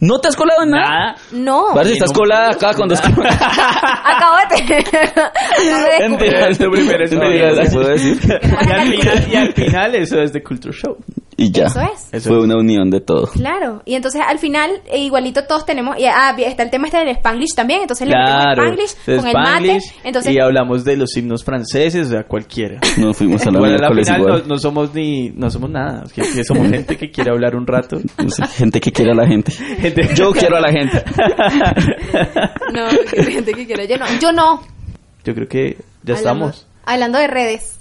¿No te has colado en nada? No. Parece que estás colada acá con dos Acabo de tener. acabo de descubrir. Entera. Es tu primera Entera, experiencia. ¿se puede decir? y, al final, y al final eso es de Culture Show. Y ya. Eso es. Eso Fue es. una unión de todo. Claro, y entonces al final, eh, igualito todos tenemos, y, ah, está el tema este del Spanglish también, entonces le Claro. metemos Entonces, Spanglish con el mate, Spanglish, entonces Y hablamos de los himnos franceses, o sea, cualquiera. Nos fuimos a la Bueno, a la miércoles final no, igual. no somos ni... No somos nada. es que- que somos gente que quiere hablar un rato. No sé, gente que quiere a la gente. Gente- Yo quiero a la gente. no, porque hay gente que quiere, yo no, yo no. Yo creo que ya Hablando- estamos. Hablando de redes.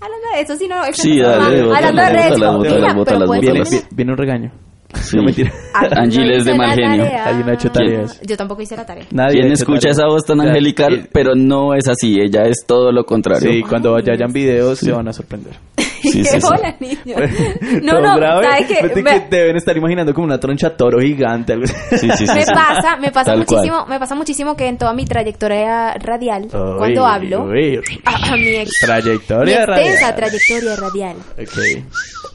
Hablando de eso, sí, no. eso Sí, no dale, va. bótalas, Hablando de redes. bótalas, como, bótalas, mira, pero bótalas, puedes Viene, bótalas. terminar- vi- viene un regaño. Sí. No mentira. Pues, Ah, no Angiles de hice mal la genio. tarea. Alguien ha hecho tareas. Yo tampoco hice la tarea. Nadie ¿Quién ha hecho escucha tarea. esa voz tan O sea, angelical? eh, pero no es así, ella es todo lo contrario. Sí, cuando ya hayan videos se van a sorprender. Sí, sí, sí. Hola, niño. No, Todo no, grave. ¿sabes qué? Vete Me- que deben estar imaginando como una troncha toro gigante. Algo así. Sí, sí, sí, me sí. pasa, me pasa Tal cual. muchísimo, me pasa muchísimo que en toda mi trayectoria radial, cuando Uy, hablo, uy. a, a mi ex, Trayectoria mi extensa radial. trayectoria radial, Ok.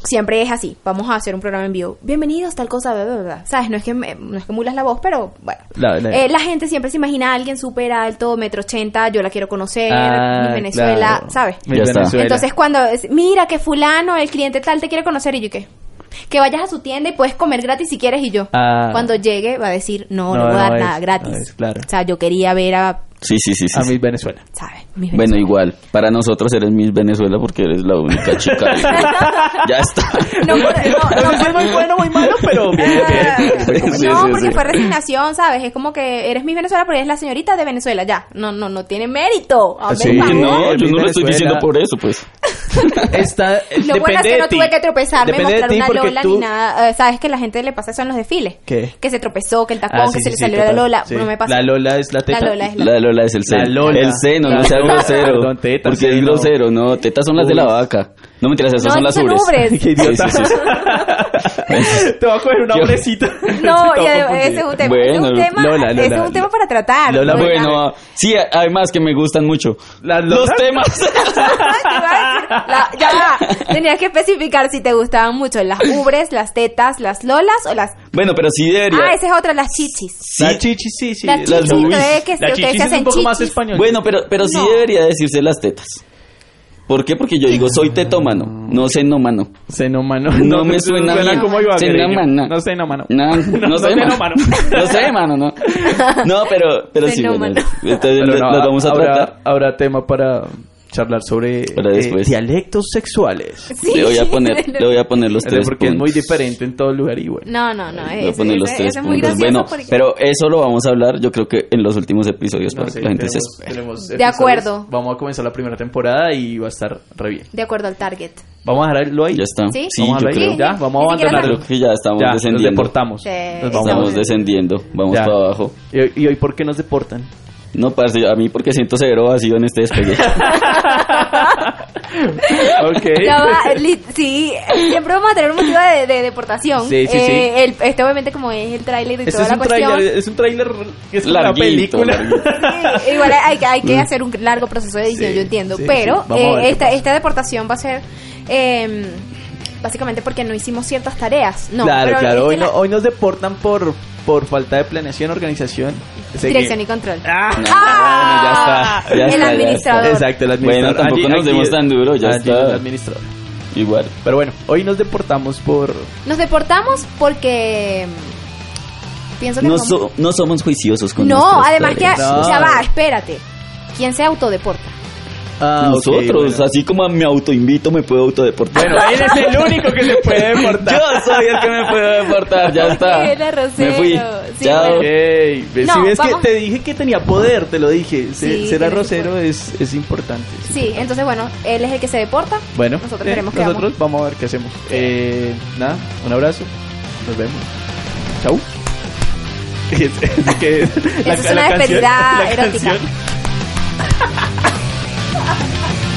siempre es así, vamos a hacer un programa en vivo, bienvenidos, tal cosa, bla, bla, bla. sabes, no es que me- no es que mulas la voz, pero bueno, La- la- Eh, la gente siempre se imagina a alguien súper alto, metro ochenta, yo la quiero conocer, Ah, Eh, mi Venezuela, claro. ¿sabes? Mi Ya está. Venezuela. Entonces cuando es, mira que fulano, el cliente tal te quiere conocer y yo qué. Que vayas a su tienda y puedes comer gratis si quieres y yo. Ah. Cuando llegue va a decir, no, no, No, voy a dar no es, nada gratis. no es, claro. O sea, yo quería ver a, Sí, sí, sí, sí, a sí. mi Venezuela. ¿sabes? Mis Bueno, igual, para nosotros eres Miss Venezuela porque eres la única chica. ya está. venezolanos. No, por- no, no, por- muy bueno, muy malo, pero bien, bien. Ah. no, Sí, sí, porque sí. fue resignación, ¿sabes? Es como que eres mi Venezuela porque eres la señorita de Venezuela, ya. No, no, no tiene mérito. Hazme Así el Como que favor. no, Bien, yo Miss no lo estoy Venezuela. diciendo por eso, pues. Está, eh, Ah. Lo bueno es depende que no de ti. tuve que tropezarme, Depende de mostrar ti una porque lola tú- ni nada. Eh, ¿Sabes que la gente le pasa eso en los desfiles? ¿Qué? Que se tropezó, que el tacón, Ah, que sí, se sí, le sí, salió total. la lola. Sí. No me pasa. La lola es la teta. La lola es La Lola es el La seno. Lola. El seno, La- no sea grosero. Perdón, teta, porque es seno. grosero, no. Tetas son las de la vaca. No mentiras, esas No, son las esas son ubres. ubres. Qué idiota. Sí, sí, sí. Te va a coger una Yo- hombrecita. No, Todo y además, confundido. ese es un tema. Bueno, ese es un tema, Lola, ese es Lola. un tema para tratar. Lola, de verdad. Bueno, sí, a- además que me gustan mucho. Las Los lolas. temas. Te iba a decir, la- ya va. Tenías que especificar si te gustaban mucho las ubres, las tetas, las lolas o las. Bueno, pero sí debería. Ah, esa es otra, las chichis. sí. La chichi, sí, sí. Las la- chichis, boobies. ustedes que la ustedes chichis que es un hacen poco más chichis. español. Bueno, pero, pero sí No. debería decirse las tetas. ¿Por qué? Porque yo digo, soy tetómano, Mm. no senomano. Xenomano. pues, No, me suena, bien. como yo Xenomano. No sé, no, mano. No, no, sé, mano. xenomano. No sé, mano, no. No, pero, pero sí, bueno. Xenómano. Entonces Pero lo- no, los vamos a habrá, tratar. Habrá tema para charlar sobre Para eh, después. dialectos sexuales. Sí. Le voy a poner, le voy a poner los tres Porque es muy puntos. diferente en todo lugar y bueno. No, no, no. Le voy a Es, poner es- los es tres muy puntos. gracioso Bueno, porque- pero eso lo vamos a hablar yo creo que en los últimos episodios No para sé, que la gente se tenemos- tenemos De episodios. acuerdo. Vamos a comenzar la primera temporada y va a estar re bien. De acuerdo al target. Vamos a dejarlo ahí. Ya está. ¿Sí? yo Vamos a creo. hablar ahí. Sí, Ya, sí. vamos a Ni siquiera abandonar. Creo que ya estamos ya, nos descendiendo. deportamos. Sí, Nos vamos. Estamos descendiendo. Vamos Ya. para abajo. ¿Y, y hoy por qué nos deportan? No, parce, a mí porque siento severo vacío en este despegue. ok. Ya va, eh, li- sí, siempre vamos a tener un motivo de, de deportación. Sí, sí, sí. Eh, el- este obviamente como es el tráiler y Este toda es la un cuestión. tráiler, es un tráiler que es como una Larguito, película. larguito. Sí, igual hay, que- hay que hacer un largo proceso de edición, Mm. Sí, yo entiendo. sí, pero sí. Vamos a ver eh, qué esta, pasa. esta deportación va a ser eh, básicamente porque no hicimos ciertas tareas. No, claro, pero claro. es Hoy, que la- no- hoy nos deportan por, por falta de planeación, organización. Sé que- dirección y control. Ah, No, Ah, bueno, ya está, ya el está, ya administrador. Exacto, el administrador. Bueno, tampoco nos demos tan duro, ya Angie está. es el administrador. está. Igual. Pero bueno, hoy nos deportamos por... Nos deportamos porque em, pienso que No, como- so- no somos juiciosos con No, nuestras además que tareas. No. ya va, espérate. ¿Quién se autodeporta? Ah, ok, Nosotros, bueno. así como me autoinvito, me puedo autodeportar. Bueno, él es el único que se puede deportar. Yo soy el que me puedo deportar, ya Ok, está. la Rosero. Me fui. Sí, Chao. bueno. Ey, ve- No, si ves vamos. que te dije que tenía poder, te lo dije. Se- Sí, ser tienes arrocero poder. es, es importante. sí. Sí, entonces bueno, él es el que se deporta. Bueno, nosotros eh, veremos qué nosotros vamos a ver qué hacemos. Eh, nada, un abrazo. Nos vemos. Chau. ¿Qué es? Esa es una canción- despedida la erótica. canción. vamos.